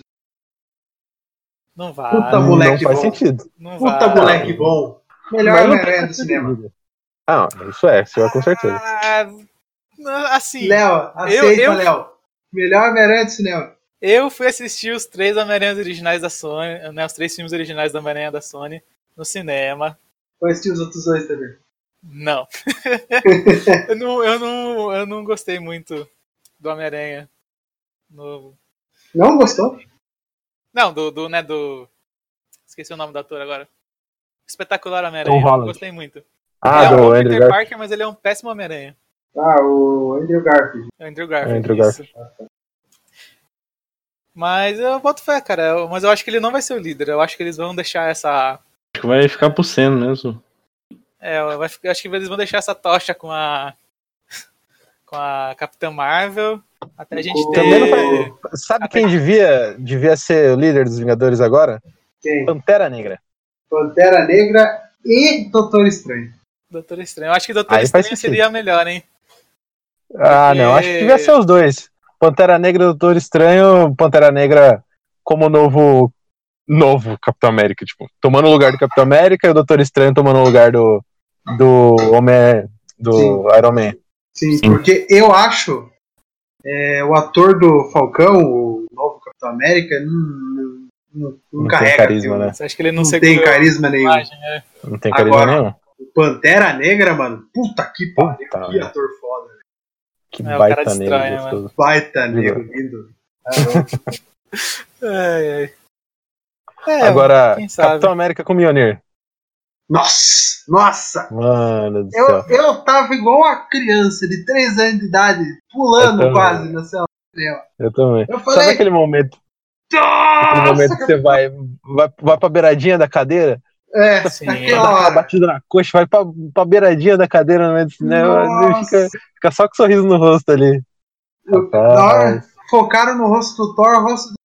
Speaker 2: Não vai.
Speaker 1: Puta,
Speaker 2: não,
Speaker 1: mo- moleque
Speaker 3: não faz
Speaker 1: bom.
Speaker 3: sentido.
Speaker 2: vai.
Speaker 1: Puta moleque bom. Ah, Melhor
Speaker 3: Mas não
Speaker 1: Homem-Aranha
Speaker 3: tem
Speaker 1: do cinema.
Speaker 3: sentido. Ah, isso é, isso é com certeza.
Speaker 2: Ah, não, assim,
Speaker 1: Léo,
Speaker 2: Eu-
Speaker 1: aceita,
Speaker 2: eu-
Speaker 1: Léo. Melhor Homem-Aranha do cinema.
Speaker 2: eu fui assistir os três Homem-Aranhas originais da Sony, né, os três filmes originais da Homem-Aranha da Sony no cinema.
Speaker 1: Vou assistir os outros dois também.
Speaker 2: Não. eu, não eu não. Eu não gostei muito do Homem-Aranha novo.
Speaker 1: Não gostou?
Speaker 2: Não, do, do, né, do. Esqueci o nome do ator agora. Espetacular Homem-Aranha.
Speaker 3: Tom Holland.
Speaker 2: Gostei muito.
Speaker 3: Ah,
Speaker 2: é
Speaker 3: do
Speaker 2: um
Speaker 3: Andrew
Speaker 2: Peter
Speaker 3: Garfield.
Speaker 2: Parker, mas ele é um péssimo Homem-Aranha.
Speaker 1: Ah, o Andrew Garfield.
Speaker 2: É o Andrew Garfield.
Speaker 3: Andrew
Speaker 2: isso. Mas eu boto fé, cara. Eu- Mas eu acho que ele não vai ser o líder. Eu acho que eles vão deixar essa.
Speaker 4: Acho que vai ficar pro Senna mesmo.
Speaker 2: É, eu vai- eu acho que eles vão deixar essa tocha com a. Com a Capitã Marvel. Até a gente
Speaker 3: Também não
Speaker 2: ter.
Speaker 3: Sabe quem devia, devia ser o líder dos Vingadores agora?
Speaker 1: Quem?
Speaker 3: Pantera Negra.
Speaker 1: Pantera Negra e Doutor Estranho.
Speaker 2: Doutor Estranho. Eu acho que Doutor
Speaker 3: Aí faz
Speaker 2: Estranho seria a melhor, hein?
Speaker 3: Ah,
Speaker 2: Porque-
Speaker 3: não, acho que devia ser os dois. Pantera Negra, Doutor Estranho, Pantera Negra como novo novo Capitão América, tipo, tomando o lugar do Capitão América e o Doutor Estranho tomando o lugar do do Homem do
Speaker 1: Sim.
Speaker 3: Iron Man.
Speaker 1: Sim,
Speaker 4: Sim.
Speaker 1: porque eu acho é, o ator do Falcão, o novo Capitão América, não, não, não, não
Speaker 3: tem
Speaker 1: carrega.
Speaker 3: carisma,
Speaker 1: filme.
Speaker 3: né?
Speaker 2: Você acha que ele não,
Speaker 1: Não,
Speaker 2: segura
Speaker 1: tem carisma nenhum.
Speaker 2: personagem, né?
Speaker 3: Não tem carisma
Speaker 1: Agora-
Speaker 3: nenhum.
Speaker 1: O Pantera Negra, mano, puta que pariu,
Speaker 3: Puta,
Speaker 1: que
Speaker 3: né?
Speaker 1: ator foda. velho.
Speaker 3: Que
Speaker 2: É, o
Speaker 3: baita
Speaker 2: cara
Speaker 3: negro
Speaker 2: destrói, né,
Speaker 3: gostoso.
Speaker 1: Baita negro
Speaker 3: Uhum.
Speaker 1: lindo. Ah, eu-
Speaker 2: Ai, ai. É,
Speaker 3: Agora,
Speaker 2: quem sabe?
Speaker 3: Capitão América com Mionir.
Speaker 1: nossa, nossa!
Speaker 3: Mano do
Speaker 1: Eu,
Speaker 3: céu.
Speaker 1: eu tava igual uma criança de 3 anos de idade, pulando
Speaker 3: Eu também.
Speaker 1: quase na cela.
Speaker 3: Eu também.
Speaker 1: Eu
Speaker 3: Sabe
Speaker 1: falei,
Speaker 3: aquele momento, aquele
Speaker 1: nossa!
Speaker 3: momento que você vai, vai, vai pra beiradinha da cadeira,
Speaker 1: É,
Speaker 2: Sim.
Speaker 1: aquela
Speaker 3: dá uma
Speaker 1: hora.
Speaker 3: batida na coxa, vai pra, pra beiradinha da cadeira no meio do cinema,
Speaker 1: Nossa.
Speaker 3: e fica, fica só com um sorriso no rosto ali.
Speaker 1: Eu- Na hora,
Speaker 3: Rapaz,
Speaker 1: focaram no rosto do Thor, o rosto do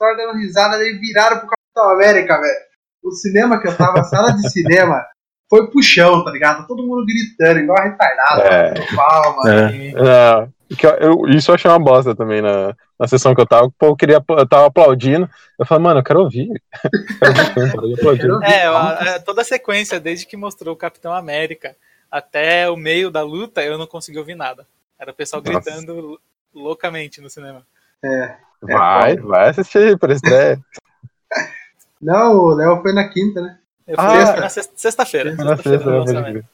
Speaker 1: Thor dando risada, daí viraram pro Capitão América, velho. O cinema que eu tava, a sala de cinema, foi pro chão, tá ligado? Todo mundo gritando, igual retardado,
Speaker 3: É.
Speaker 1: batendo palma.
Speaker 4: É.
Speaker 2: Sim.
Speaker 3: não, que eu- eu- isso eu achei uma bosta também na, na sessão que eu tava. O povo queria, eu tava aplaudindo. Eu falei, mano, eu quero ouvir. Eu quero ouvir o filme, eu quero ouvir.
Speaker 2: É, a- a- toda a sequência, desde que mostrou o Capitão América até o meio da luta, eu não consegui ouvir nada. Era o pessoal
Speaker 3: Nossa.
Speaker 2: gritando lou- loucamente no cinema.
Speaker 1: É.
Speaker 3: Vai, vai assistir pra estreia.
Speaker 1: Não, o Léo foi na quinta, né?
Speaker 2: Eu
Speaker 3: Ah,
Speaker 2: fui
Speaker 1: sexta.
Speaker 2: na sexta- sexta-feira.
Speaker 3: Na
Speaker 2: sexta-feira
Speaker 3: sexta,
Speaker 2: do
Speaker 3: eu vou
Speaker 2: lançamento.
Speaker 3: ver.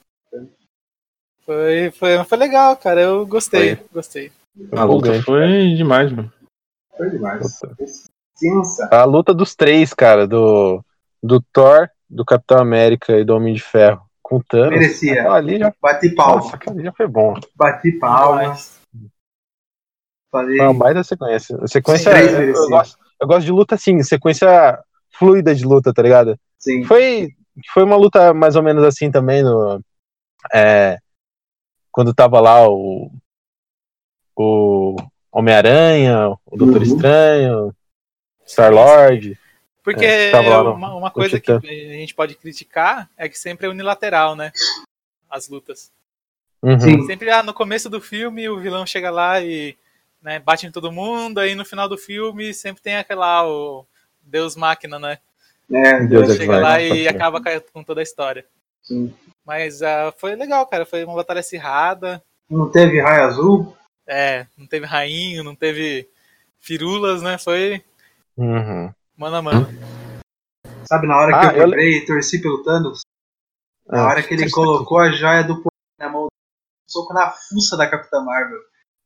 Speaker 2: foi, foi, foi legal, cara. Eu gostei. Gostei.
Speaker 1: Tá
Speaker 4: A luta
Speaker 3: Empolgante.
Speaker 4: foi demais, mano.
Speaker 1: Foi demais.
Speaker 3: Puta.
Speaker 1: Sensa.
Speaker 3: A luta dos três, cara, do, do Thor, do Capitão América e do Homem de Ferro com o Thanos.
Speaker 1: Merecia.
Speaker 3: Aquela ali já,
Speaker 1: Bati palma.
Speaker 3: nossa, aquela ali já foi bom.
Speaker 1: Bati palma.
Speaker 2: Mas-
Speaker 1: Falei.
Speaker 3: Foi uma baita sequência. A sequência
Speaker 1: Sim, três
Speaker 3: eu,
Speaker 1: mereciam.
Speaker 3: gosto, eu gosto de luta assim, sequência fluida de luta, tá ligado?
Speaker 1: Sim.
Speaker 3: Foi, foi uma luta mais ou menos assim também no. é, quando tava lá o. O Homem-Aranha, o Doutor
Speaker 1: Uhum.
Speaker 3: Estranho, Star-Lord.
Speaker 2: Porque
Speaker 3: É, tava lá no-
Speaker 2: uma, uma coisa que
Speaker 3: Titã.
Speaker 2: a gente pode criticar é que sempre é unilateral, né? As lutas.
Speaker 3: Uhum.
Speaker 1: Sim.
Speaker 2: Sempre ah, no começo do filme o vilão chega lá e né, bate em todo mundo, aí no final do filme sempre tem aquela ah, o Deus máquina, né?
Speaker 1: É,
Speaker 3: Deus é
Speaker 2: chega
Speaker 3: Ex-Machina,
Speaker 2: lá
Speaker 3: pode
Speaker 2: e
Speaker 3: crer.
Speaker 2: acaba ca- com toda a história.
Speaker 1: Sim.
Speaker 2: Mas ah, foi legal, cara. Foi uma batalha acirrada.
Speaker 1: não teve raio azul?
Speaker 2: É, não teve rainho, não teve firulas, né? Foi
Speaker 3: Uhum.
Speaker 2: mano a mano.
Speaker 1: Sabe, na hora
Speaker 3: Ah,
Speaker 1: que eu
Speaker 3: eu
Speaker 1: quebrei e torci pelo Thanos, na
Speaker 3: Ah,
Speaker 1: hora que ele colocou a joia do poder na mão, um soco na fuça da Capitã Marvel.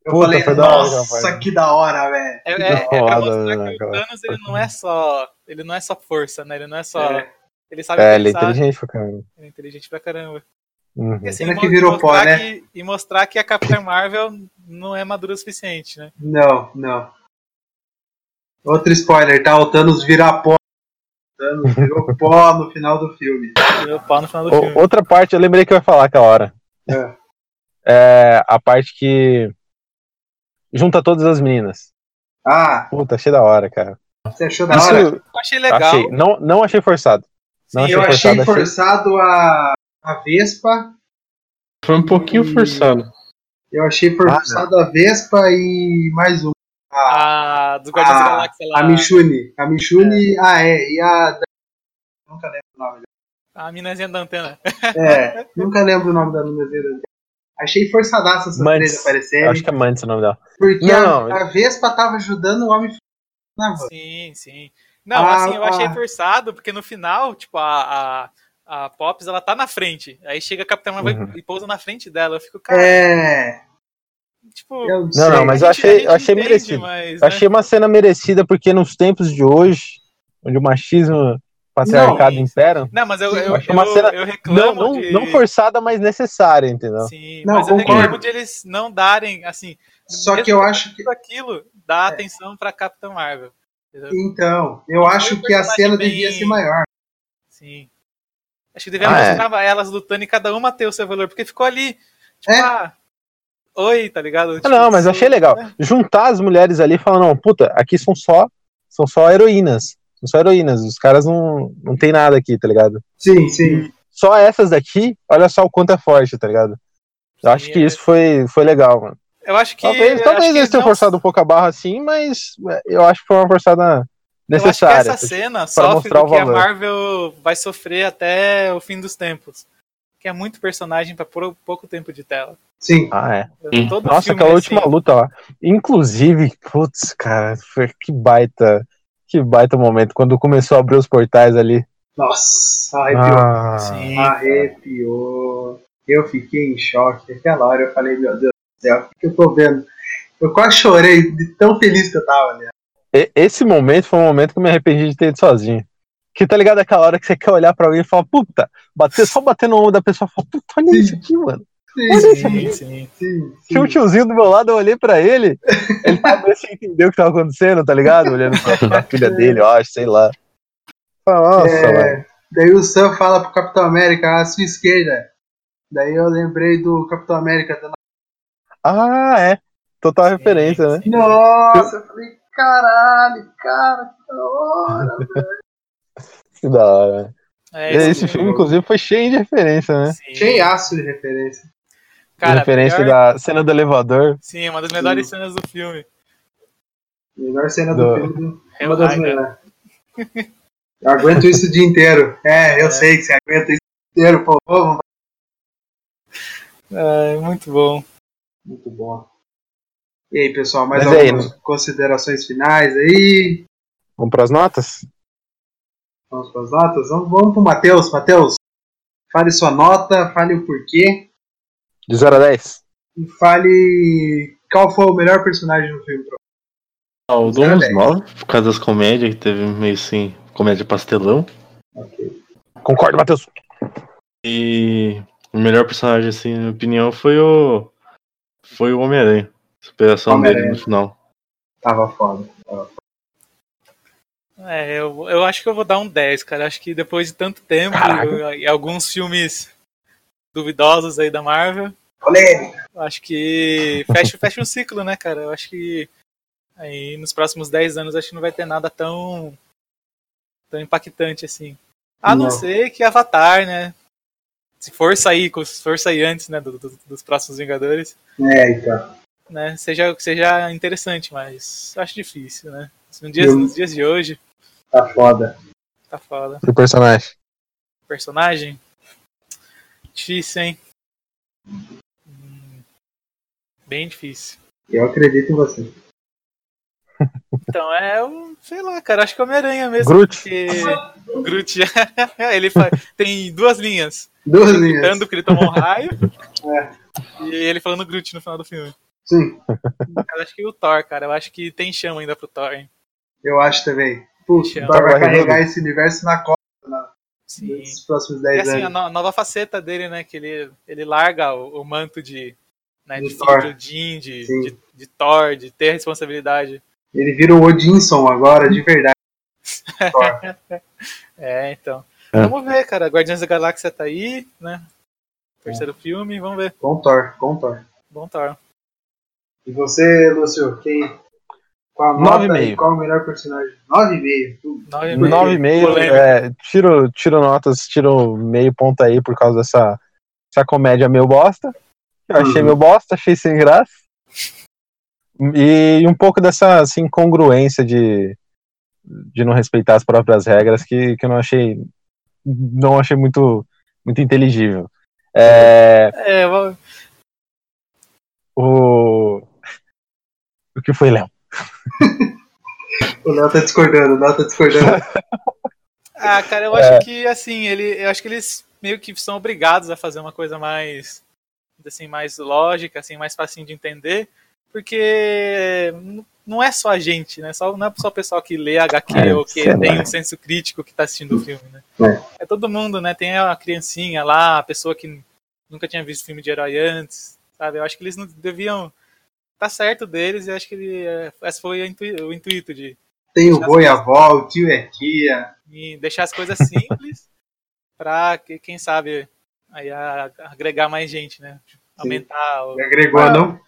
Speaker 1: Eu
Speaker 3: Puta,
Speaker 1: falei,
Speaker 3: foi da hora,
Speaker 1: nossa,
Speaker 3: rapaz."
Speaker 1: que da hora, velho.
Speaker 2: É, é, é pra
Speaker 3: Foda,
Speaker 2: mostrar
Speaker 3: né,
Speaker 2: que o
Speaker 3: cara?
Speaker 2: Thanos ele não é só. Ele não é só força, né? Ele não é só.
Speaker 1: É.
Speaker 2: Ele sabe
Speaker 3: É, ele é
Speaker 2: pensar,
Speaker 3: inteligente pra caramba.
Speaker 2: ele é inteligente pra caramba.
Speaker 3: Uhum.
Speaker 2: E, assim,
Speaker 1: Pena
Speaker 2: mo-
Speaker 1: que
Speaker 2: e
Speaker 1: virou
Speaker 2: mostrar
Speaker 1: pó, né?
Speaker 2: que- e mostrar que a Capitã Marvel não é madura o suficiente, né?
Speaker 1: Não, não. Outro spoiler, tá? O Thanos vira pó. O Thanos virou pó no final do filme.
Speaker 2: Virou pó no final do
Speaker 3: O-
Speaker 2: filme.
Speaker 3: outra parte, eu lembrei que eu ia falar aquela hora.
Speaker 1: É.
Speaker 3: É a parte que junta todas as meninas.
Speaker 1: Ah,
Speaker 3: Puta, achei da hora, cara.
Speaker 1: você achou da hora?
Speaker 3: Isso
Speaker 2: Eu achei legal.
Speaker 3: achei. Não, não achei forçado. Não
Speaker 1: eu
Speaker 3: achei
Speaker 1: achei
Speaker 3: forçado, achei-
Speaker 1: forçado a, a Vespa.
Speaker 4: Foi um pouquinho
Speaker 1: Hum.
Speaker 4: forçado.
Speaker 1: Eu
Speaker 3: Ah,
Speaker 1: achei forçado a Vespa e mais um. A,
Speaker 2: A dos Guardiões da
Speaker 1: Ah,
Speaker 2: Galáxia lá.
Speaker 1: a Michune. A Michune, ah, é. E a. Nunca lembro o nome
Speaker 2: A minazinha da antena.
Speaker 1: dela. É, nunca lembro o nome da menina. Achei forçadaça essas
Speaker 3: Mantis.
Speaker 1: três aparecerem.
Speaker 3: Acho que é Mantis o nome dela.
Speaker 1: Porque
Speaker 3: Não,
Speaker 1: a, a Vespa tava ajudando o homem na van.
Speaker 2: Sim, sim. Não,
Speaker 1: Ah,
Speaker 2: assim, eu achei
Speaker 1: ah.
Speaker 2: forçado, porque no final, tipo, a, a, a Pops, ela tá na frente. Aí chega a Capitã Marvel
Speaker 3: Uhum.
Speaker 2: e pousa na frente dela. Eu fico, cara,
Speaker 1: É.
Speaker 2: tipo...
Speaker 1: Eu não,
Speaker 3: Não,
Speaker 1: sei.
Speaker 3: não, mas eu
Speaker 2: a gente- a
Speaker 3: achei,
Speaker 2: gente
Speaker 3: eu achei
Speaker 2: entende,
Speaker 3: merecido.
Speaker 2: mas,
Speaker 3: Eu
Speaker 2: né?
Speaker 3: achei uma cena merecida porque nos tempos de hoje, onde o machismo patriarcado
Speaker 2: Não.
Speaker 3: impera,
Speaker 2: Não, mas eu, eu,
Speaker 3: Achei uma
Speaker 2: eu-
Speaker 3: cena-
Speaker 2: eu reclamo
Speaker 3: não, não,
Speaker 2: de...
Speaker 3: não forçada, mas necessária, entendeu?
Speaker 2: Sim,
Speaker 1: Não,
Speaker 2: mas eu
Speaker 1: concordo.
Speaker 2: reclamo de eles não darem, assim,
Speaker 1: Só que eu acho que.
Speaker 2: tudo aquilo dá
Speaker 1: É.
Speaker 2: atenção pra Capitã Marvel.
Speaker 1: Então, eu acho que a cena devia ser maior.
Speaker 2: Sim. Acho que devia
Speaker 3: Ah, é.
Speaker 2: mostrar elas lutando e cada uma ter o seu valor, porque ficou ali. Tipo,
Speaker 1: É.
Speaker 2: ah, oi, tá ligado?
Speaker 3: Ah,
Speaker 2: Tipo,
Speaker 3: não, mas eu
Speaker 2: isso-
Speaker 3: achei legal. Juntar as mulheres ali e falar, não, puta, aqui são só, são só heroínas. São só heroínas. Os caras não, não tem nada aqui, tá ligado?
Speaker 1: Sim, sim.
Speaker 3: Só essas daqui, olha só o quanto é forte, tá ligado? Eu acho
Speaker 2: Sim,
Speaker 3: que
Speaker 2: é.
Speaker 3: isso foi, foi legal, mano.
Speaker 2: Eu acho que. eu
Speaker 3: Talvez,
Speaker 2: acho
Speaker 3: talvez
Speaker 2: que
Speaker 3: eles tenham
Speaker 2: não-
Speaker 3: forçado um pouco a barra assim, mas é, eu acho que foi uma forçada
Speaker 2: eu acho que
Speaker 3: necessária. tá
Speaker 2: essa cena sofre
Speaker 3: mostrar
Speaker 2: do
Speaker 3: o
Speaker 2: que a
Speaker 3: valor.
Speaker 2: Marvel vai sofrer até o fim dos tempos. Que é muito personagem pra pou- pouco tempo de tela.
Speaker 1: Sim.
Speaker 3: Ah, é.
Speaker 4: Hum.
Speaker 2: Todo
Speaker 3: Nossa,
Speaker 2: filme
Speaker 3: aquela
Speaker 2: é
Speaker 3: última
Speaker 2: assim.
Speaker 3: luta lá. Inclusive, putz, cara, foi que baita. Que baita momento. Quando começou a abrir os portais ali.
Speaker 1: Nossa, arrepiou.
Speaker 3: Ah,
Speaker 2: Sim.
Speaker 1: Arrepiou. Eu fiquei em choque. Aquela hora eu falei, meu Deus do céu, o que que eu tô vendo? Eu quase chorei de tão feliz que eu tava, né?
Speaker 3: E- Esse momento foi um momento que eu me arrependi de ter ido sozinho. Que tá ligado aquela hora que você quer olhar pra alguém e falar, puta, bater, só bater no ombro da pessoa e falar, puta, olha isso aqui, mano.
Speaker 1: Sim,
Speaker 2: Sim, sim.
Speaker 1: sim,
Speaker 3: Tinha um
Speaker 1: sim.
Speaker 3: tiozinho do meu lado, eu olhei pra ele, ele tava sem entender o que tava acontecendo, tá ligado? Olhando pra, pra filha dele, eu acho, sei lá. Fala, Nossa,
Speaker 1: É,
Speaker 3: mano.
Speaker 1: Daí o Sam fala pro Capitão América, à sua esquerda. Daí eu lembrei do Capitão América dando.
Speaker 3: Ah, é. Total referência, né?
Speaker 1: Nossa, eu falei, caralho, cara, que da hora.
Speaker 3: Que da hora. né?
Speaker 2: É,
Speaker 3: Esse filme, inclusive, foi cheio de referência, né?
Speaker 2: sim.
Speaker 1: Cheiaço de referência.
Speaker 2: Cara,
Speaker 3: referência
Speaker 2: pior-
Speaker 3: da cena do elevador.
Speaker 2: Sim, uma das melhores
Speaker 1: Sim.
Speaker 2: cenas do filme.
Speaker 1: Melhor cena
Speaker 3: Do-
Speaker 1: do filme. É Uma
Speaker 2: Ai,
Speaker 1: das
Speaker 2: cara.
Speaker 1: melhores. Eu aguento isso o dia inteiro. É, eu sei que você aguenta isso o dia inteiro, pô. Vamos.
Speaker 2: É, muito bom.
Speaker 1: Muito bom. E aí, pessoal, mais
Speaker 3: Mas e aí,
Speaker 1: algumas considerações finais aí?
Speaker 3: Vamos pras notas?
Speaker 1: Vamos para as notas? Vamos, vamos pro Matheus. Matheus, fale sua nota, fale o porquê
Speaker 3: De 0 a 10?
Speaker 1: e fale qual foi o melhor personagem do filme. pra você.
Speaker 4: Ah, eu dou
Speaker 1: Zero a
Speaker 4: uns
Speaker 1: dez.
Speaker 4: 9, por causa das comédias, que teve meio assim, comédia pastelão.
Speaker 3: Concordo, Matheus.
Speaker 4: E o melhor personagem, assim, na minha opinião, foi o. Foi o Homem-Aranha. Superação dele
Speaker 1: Homem-Aranha.
Speaker 4: no final.
Speaker 1: Tava foda.
Speaker 2: É, eu, eu acho que eu vou dar um 10, cara. Acho que depois de tanto tempo
Speaker 3: Caraca.
Speaker 2: e alguns filmes duvidosos aí da Marvel,
Speaker 1: Polêmica.
Speaker 2: eu acho que fecha, fecha um ciclo, né, cara? Eu acho que aí nos próximos 10 anos acho que não vai ter nada tão, tão impactante assim. A não,
Speaker 1: Não.
Speaker 2: ser que Avatar, né? Se for sair, se for sair antes, né, do- do- dos próximos Vingadores.
Speaker 1: É, então.
Speaker 2: né? Seja, seja interessante, mas acho difícil, né? Nos dias,
Speaker 1: Eu-
Speaker 2: nos dias de hoje,
Speaker 1: Tá foda.
Speaker 2: tá foda.
Speaker 3: Pro personagem.
Speaker 2: Personagem? Difícil, hein? Hum, Bem difícil.
Speaker 1: Eu acredito em você.
Speaker 2: Então é, um- sei lá, cara, acho que é Homem-Aranha mesmo.
Speaker 3: Groot.
Speaker 2: Porque Groot, ele fa- tem duas linhas.
Speaker 1: Duas linhas.
Speaker 2: Gritando que ele tomou um raio.
Speaker 1: É.
Speaker 2: E ele falando Groot no final do filme.
Speaker 1: Sim,
Speaker 2: Eu acho que o Thor, cara, eu acho que tem chama ainda pro Thor, hein?
Speaker 1: eu acho também. Putz,
Speaker 2: Chama.
Speaker 1: o Thor vai
Speaker 3: Tá
Speaker 1: carregar
Speaker 3: barrigudo.
Speaker 1: esse universo na costa
Speaker 2: Sim.
Speaker 1: nos próximos
Speaker 2: E
Speaker 1: 10
Speaker 2: assim, a
Speaker 1: anos.
Speaker 2: no- nova faceta dele, né? Que ele, ele larga o, o manto de, né,
Speaker 1: Do
Speaker 2: de
Speaker 1: Thor.
Speaker 2: filho de Jim, de,
Speaker 1: Sim.
Speaker 2: de, de Thor, de ter a responsabilidade.
Speaker 1: Ele vira o Odinson agora, de verdade. Thor.
Speaker 2: É, então.
Speaker 4: É.
Speaker 2: Vamos ver, cara. Guardiões da Galáxia tá aí, né?
Speaker 1: É.
Speaker 2: Terceiro filme, vamos ver.
Speaker 1: Com Thor, com Thor.
Speaker 2: Bom Thor.
Speaker 1: E você, Lúcio, quem. Qual a nota
Speaker 3: Nove e meio.
Speaker 1: e qual o melhor personagem? 9,5. Putz,
Speaker 2: Nove e meio.
Speaker 3: 9,5.
Speaker 2: Polêmico.
Speaker 3: É, tiro, tiro notas, tiro meio ponto aí por causa dessa essa comédia meio bosta. Eu achei
Speaker 1: Uhum.
Speaker 3: meio bosta, achei sem graça. E um pouco dessa assim, incongruência de, de não respeitar as próprias regras que, que eu não achei não achei muito, muito inteligível. É,
Speaker 2: É, vamos-
Speaker 3: o. O que foi, Léo?
Speaker 1: O Léo tá discordando, o Léo tá discordando.
Speaker 2: Ah, cara, eu acho que assim, ele, eu acho que eles meio que são obrigados a fazer uma coisa mais assim, mais lógica, assim, mais facinho de entender, porque n- não é só a gente, né? Só, não é só o pessoal que lê HQ
Speaker 3: É,
Speaker 2: ou que
Speaker 3: sei
Speaker 2: tem
Speaker 3: lá.
Speaker 2: um senso crítico que tá assistindo o filme, né? É. todo mundo, né? Tem a criancinha lá, a pessoa que nunca tinha visto filme de herói antes, sabe? Eu acho que eles não deviam tá certo deles e eu acho que ele, é, esse foi a intui- o intuito de
Speaker 1: Tem o boi, a avó, o tio é tia.
Speaker 2: e deixar as coisas simples para que quem sabe aí a- agregar mais gente, né? Aumentar o
Speaker 1: Me agregou,
Speaker 3: Ah,
Speaker 1: não?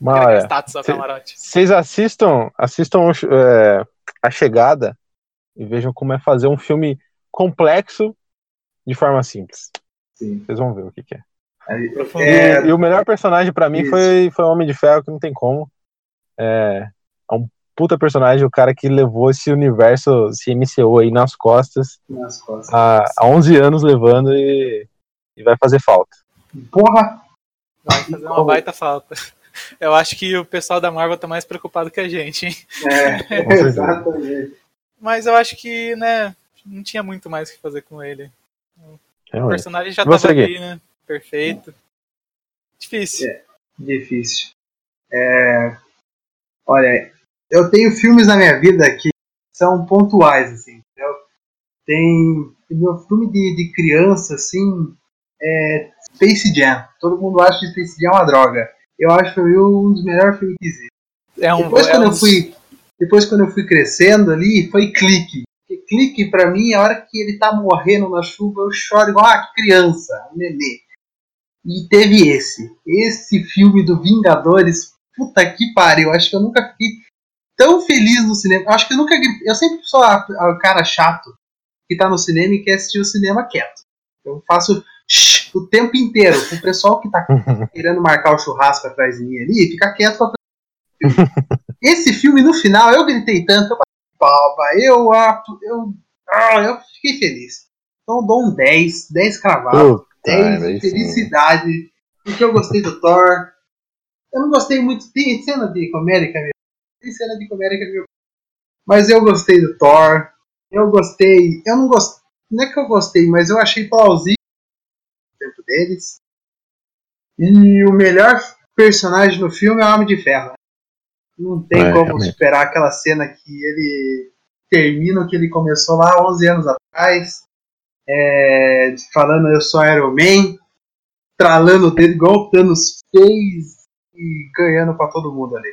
Speaker 3: Uma
Speaker 2: agregar
Speaker 3: hora.
Speaker 2: status ao
Speaker 3: Cê-
Speaker 2: camarote.
Speaker 3: é. Vocês assistam, assistam é, A Chegada e vejam como é fazer um filme complexo de forma simples.
Speaker 1: Sim.
Speaker 3: Vocês vão ver o que, que é.
Speaker 1: Aí,
Speaker 2: Profundo.
Speaker 1: É,
Speaker 3: E o melhor personagem pra mim
Speaker 1: Isso.
Speaker 3: foi, foi o Homem de Ferro, que não tem como. É, é um puta personagem, o cara que levou esse universo, esse MCU aí nas costas,
Speaker 1: nas costas.
Speaker 3: há, há 11 anos levando e, e vai fazer falta.
Speaker 1: Ah, Porra!
Speaker 2: Vai fazer uma
Speaker 1: como?
Speaker 2: baita falta. Eu acho que o pessoal da Marvel tá mais preocupado que a gente, hein?
Speaker 1: É,
Speaker 3: Com certeza.
Speaker 1: exatamente.
Speaker 2: Mas eu acho que, né, não tinha muito mais o que fazer com ele.
Speaker 4: É,
Speaker 2: O
Speaker 3: Realmente.
Speaker 2: personagem já
Speaker 3: Você,
Speaker 2: tava
Speaker 3: Gui?
Speaker 2: ali, né? Perfeito. Difícil.
Speaker 1: É. Difícil. É, olha, eu tenho filmes na minha vida que são pontuais, assim. entendeu? Tem. Meu filme de, de criança, assim, é Space Jam. Todo mundo acha que Space Jam é uma droga. Eu acho que foi um dos melhores filmes que existe.
Speaker 2: É um,
Speaker 1: Depois
Speaker 2: é
Speaker 1: quando
Speaker 2: um-
Speaker 1: eu fui, depois quando eu fui crescendo ali, foi clique. Porque clique pra mim, a hora que ele tá morrendo na chuva, eu choro igual uma criança, um nenê. E teve esse, esse filme do Vingadores, puta que pariu, acho que eu nunca fiquei tão feliz no cinema. Acho que eu nunca gri- eu sempre sou a- a- o cara chato que tá no cinema e quer assistir o cinema quieto. Eu faço shh, o tempo inteiro. O pessoal que tá querendo marcar o churrasco atrás de mim ali, fica quieto pra esse filme no final eu gritei tanto, eu bati palma, eu ato, eu, ah, eu fiquei feliz. Então eu dou um 10, 10 cravados,
Speaker 3: Puta,
Speaker 1: 10 de
Speaker 3: aí sim.
Speaker 1: felicidade, porque eu gostei do Thor. Eu não gostei muito, tem cena de comédia que é meio- tem cena de comédia que é meio- mas eu gostei do Thor. Eu gostei, eu não gostei, não é que eu gostei, mas eu achei plausível o tempo deles. E o melhor personagem no filme é o Homem de Ferro. Não tem
Speaker 3: É,
Speaker 1: como
Speaker 3: realmente.
Speaker 1: superar aquela cena que ele termina o que ele começou lá 11 anos atrás, é, falando eu sou Iron Man, tralando o dedo igual o Thanos fez e ganhando pra todo mundo ali.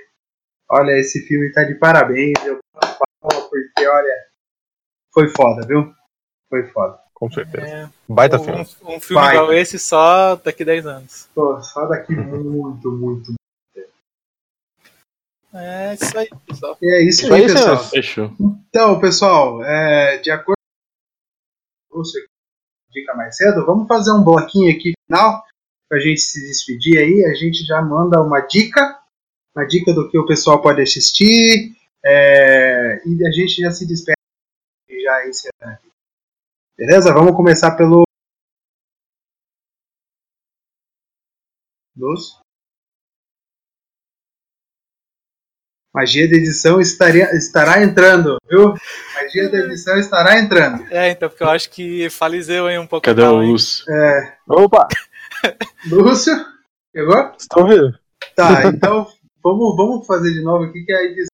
Speaker 1: Olha, esse filme tá de parabéns, eu bato palma porque olha, foi foda, viu? Foi foda.
Speaker 3: Com certeza.
Speaker 2: É,
Speaker 3: Baita
Speaker 2: um,
Speaker 3: filme.
Speaker 2: um filme
Speaker 1: Vai.
Speaker 2: igual esse só daqui 10 anos.
Speaker 1: Pô, só daqui muito, muito.
Speaker 2: É isso aí, pessoal.
Speaker 1: E é isso
Speaker 3: Isso
Speaker 1: aí,
Speaker 3: aí,
Speaker 1: pessoal.
Speaker 3: senhores.
Speaker 4: né? Fechou.
Speaker 1: Então, pessoal, é, de acordo com o que dica mais cedo, vamos fazer um bloquinho aqui final pra gente se despedir aí. A gente já manda uma dica, uma dica do que o pessoal pode assistir é, e a gente já se despede e já encerrando aqui. Beleza? Vamos começar pelo Luz. Magia da edição estaria, estará entrando, viu? Magia da edição estará entrando.
Speaker 2: É, então, porque eu acho que faleceu aí um pouco.
Speaker 1: Ah,
Speaker 4: Cadê
Speaker 2: tal,
Speaker 4: o
Speaker 2: hein?
Speaker 4: Lúcio?
Speaker 3: Opa,
Speaker 1: É, Lúcio, chegou?
Speaker 3: estou vivo.
Speaker 1: Tá, então vamos, vamos fazer de novo aqui que a edição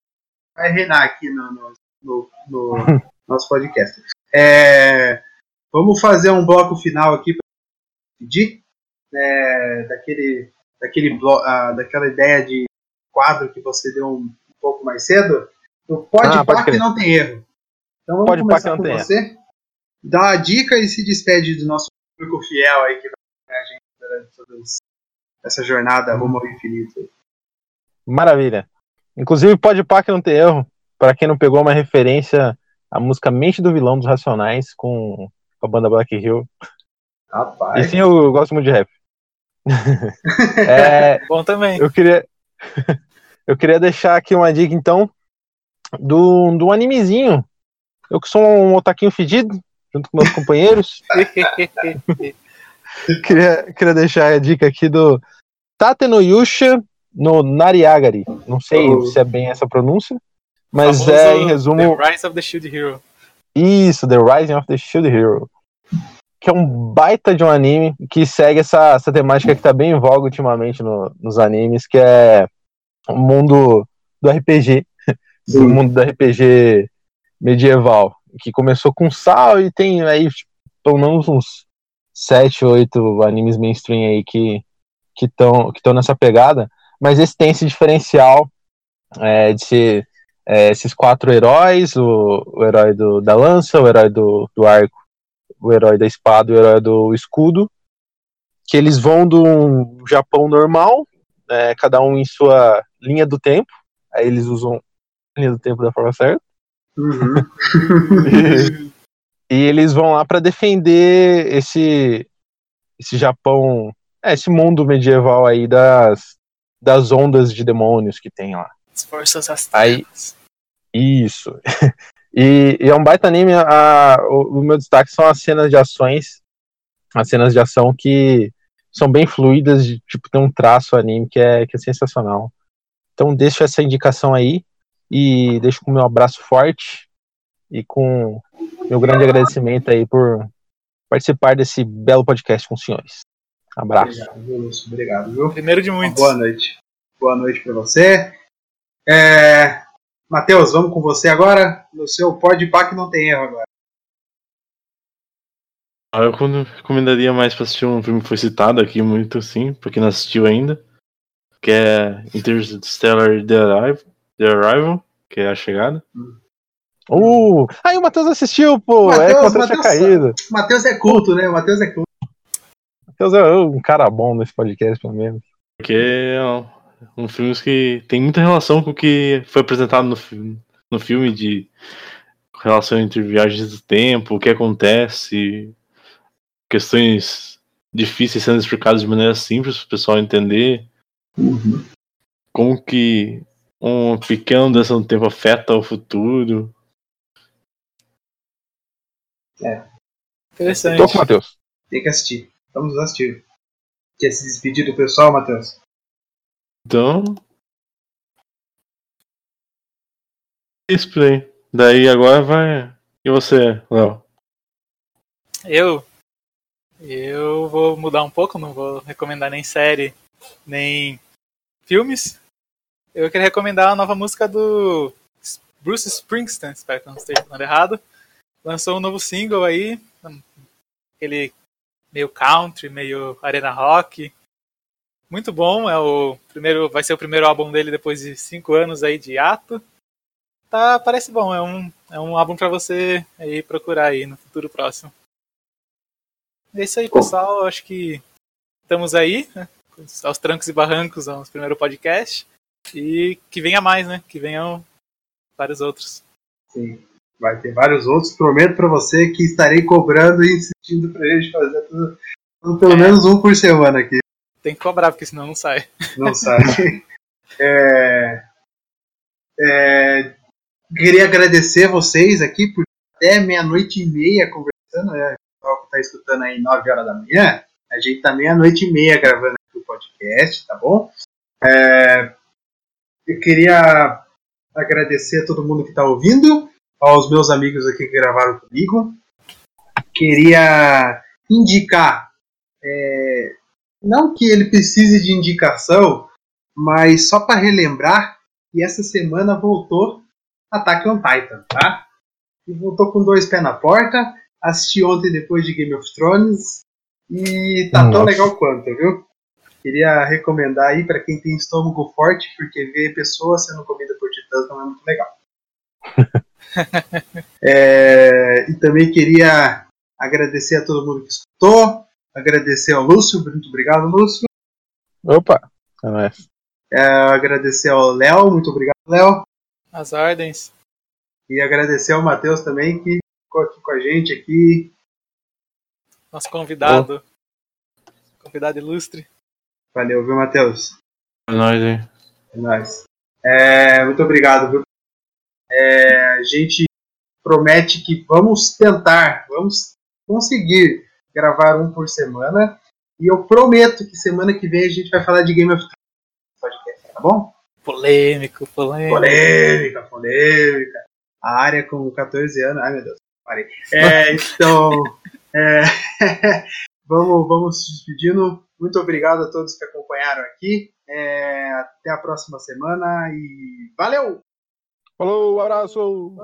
Speaker 1: vai reinar aqui no, no- no- no nosso podcast. É, vamos fazer um bloco final aqui para pedir né, daquele, daquele blo- ah, daquela ideia de quadro que você deu um, pouco mais cedo. No pode
Speaker 3: Ah, pode
Speaker 1: pá que
Speaker 3: crer.
Speaker 1: não tem erro. Então vamos
Speaker 3: Pode pá
Speaker 1: começar
Speaker 3: que não
Speaker 1: com
Speaker 3: tem erro.
Speaker 1: você. Dá a dica e se despede do nosso público fiel aí que vai acompanhar a gente durante toda esse- essa jornada
Speaker 3: Uhum.
Speaker 1: rumo ao infinito.
Speaker 3: Maravilha. Inclusive, pode pá que não tem erro. Pra quem não pegou é uma referência à música Mente do Vilão dos Racionais com a banda Black Hill. E
Speaker 1: Rapaz.
Speaker 3: sim, eu gosto muito de rap. é,
Speaker 2: Bom também.
Speaker 3: Eu queria. eu queria deixar aqui uma dica, então, do, do animezinho. Eu que sou um otaquinho fedido, junto com meus companheiros. queria, queria deixar a dica aqui do Tate no Yusha no Nariagari. Não sei
Speaker 1: Oh.
Speaker 3: se é bem essa pronúncia, mas
Speaker 2: Famoso
Speaker 3: é, em resumo,
Speaker 2: The Rise of the Shield Hero.
Speaker 3: isso, The Rising of the Shield Hero. Que é um baita de um anime que segue essa, essa temática que tá bem em voga ultimamente no- nos animes, que é o mundo do RPG.
Speaker 1: Sim.
Speaker 3: O mundo do RPG medieval. Que começou com Sal e tem aí tipo, pelo menos uns 7, 8 animes mainstream aí que que estão que tão nessa pegada. Mas esse tem esse diferencial é, de ser é, esses quatro heróis, o, o herói do, da lança, o herói do, do arco, o herói da espada, e o herói do escudo, que eles vão do Japão normal, né, cada um em sua linha do tempo, aí eles usam a linha do tempo da forma certa,
Speaker 1: Uhum.
Speaker 3: e eles vão lá para defender esse esse Japão, é, esse mundo medieval aí das, das ondas de demônios que tem lá.
Speaker 2: As forças
Speaker 3: Aí-
Speaker 2: astrais.
Speaker 3: Isso. E, e é um baita anime. a- o, o meu destaque são as cenas de ações. As cenas de ação que são bem fluidas, de, tipo, tem um traço anime que é, que é sensacional. Então deixo essa indicação aí e deixo com o meu abraço forte e com meu grande agradecimento aí por participar desse belo podcast com os senhores. Abraço.
Speaker 1: Obrigado, viu, Lúcio? Obrigado, viu?
Speaker 2: Primeiro de
Speaker 1: Uma
Speaker 2: muitos.
Speaker 1: boa noite. Boa noite pra você. É... Matheus, vamos com você agora. No seu pode pá que não tem erro agora.
Speaker 4: Ah, Eu recom- recomendaria mais pra assistir um filme que foi citado aqui muito assim, pra quem não assistiu ainda, que é Interstellar The Arrival, The Arrival que é a chegada.
Speaker 3: Uh! Aí o Matheus assistiu, pô! é que o
Speaker 1: Matheus,
Speaker 3: Matheus tinha
Speaker 1: Matheus sabe.
Speaker 3: caído.
Speaker 1: Matheus é culto, né? Matheus é culto.
Speaker 3: Matheus é um cara bom nesse podcast, pelo menos.
Speaker 4: Porque é um- um filme que tem muita relação com o que foi apresentado no, fi- no filme de relação entre viagens do tempo, o que acontece, questões difíceis sendo explicados de maneira simples para o pessoal entender
Speaker 1: Uhum.
Speaker 4: como que uma pequena mudança no tempo afeta o futuro.
Speaker 2: Interessante.
Speaker 3: Tô com o Matheus.
Speaker 1: Tem que assistir. Vamos assistir. Quer se despedir do pessoal, Matheus?
Speaker 4: Então. é Isso por aí. Daí agora vai. E você, Léo?
Speaker 2: Eu. Eu vou mudar um pouco, não vou recomendar nem série, nem filmes. Eu queria recomendar a nova música do Bruce Springsteen, espero que eu não esteja falando errado. Lançou um novo single aí, um, aquele meio country, meio arena rock. Muito bom, é o primeiro, vai ser o primeiro álbum dele depois de cinco anos aí de ato. Tá, parece bom, é um, é um álbum pra você aí procurar aí no futuro próximo. É isso aí,
Speaker 1: Bom.
Speaker 2: pessoal. Eu Acho que estamos aí, né? aos trancos e barrancos, ao nosso primeiro podcast. E que venha mais, né? Que venham vários outros.
Speaker 1: Sim. Vai ter vários outros. Prometo pra você que estarei cobrando e insistindo pra gente fazer tudo- tudo pelo
Speaker 2: É.
Speaker 1: menos um por semana aqui.
Speaker 2: Tem que cobrar, porque senão não sai.
Speaker 1: Não sabe. É, é, queria agradecer vocês aqui por até meia-noite e meia conversando. Né? O pessoal que tá escutando aí 9 horas da manhã, a gente tá meia-noite e meia gravando aqui o podcast, tá bom? É, eu queria agradecer a todo mundo que tá ouvindo, aos meus amigos aqui que gravaram comigo. Queria indicar. é, não que ele precise de indicação, mas só para relembrar que essa semana voltou Attack on Titan, tá? E voltou com dois pés na porta, assisti ontem depois de Game of Thrones e tá tão
Speaker 3: Nossa.
Speaker 1: legal quanto, viu? Queria recomendar aí para quem tem estômago forte, porque ver pessoas sendo comida por titãs não é muito legal. É, e também queria agradecer a todo mundo que escutou, agradecer ao Lúcio, muito obrigado, Lúcio.
Speaker 3: Opa! É nóis.
Speaker 1: agradecer ao Léo, muito obrigado, Léo.
Speaker 2: As ordens.
Speaker 1: E agradecer ao Matheus também, que ficou aqui com a gente aqui.
Speaker 2: Nosso convidado. Convidado ilustre.
Speaker 1: Valeu, viu, Matheus?
Speaker 4: É nóis aí.
Speaker 1: É nóis. É, muito obrigado, viu? É, a gente promete que vamos tentar, vamos conseguir gravar um por semana. E eu prometo que semana que vem a gente vai falar de Game of Thrones no podcast, tá bom?
Speaker 2: Polêmico, polêmico.
Speaker 1: Polêmica, polêmica. A área com 14 anos. Ai, meu Deus, parei. É, então, é, vamos, vamos se despedindo. Muito obrigado a todos que acompanharam aqui. É, até a próxima semana e valeu!
Speaker 3: Falou, abraço!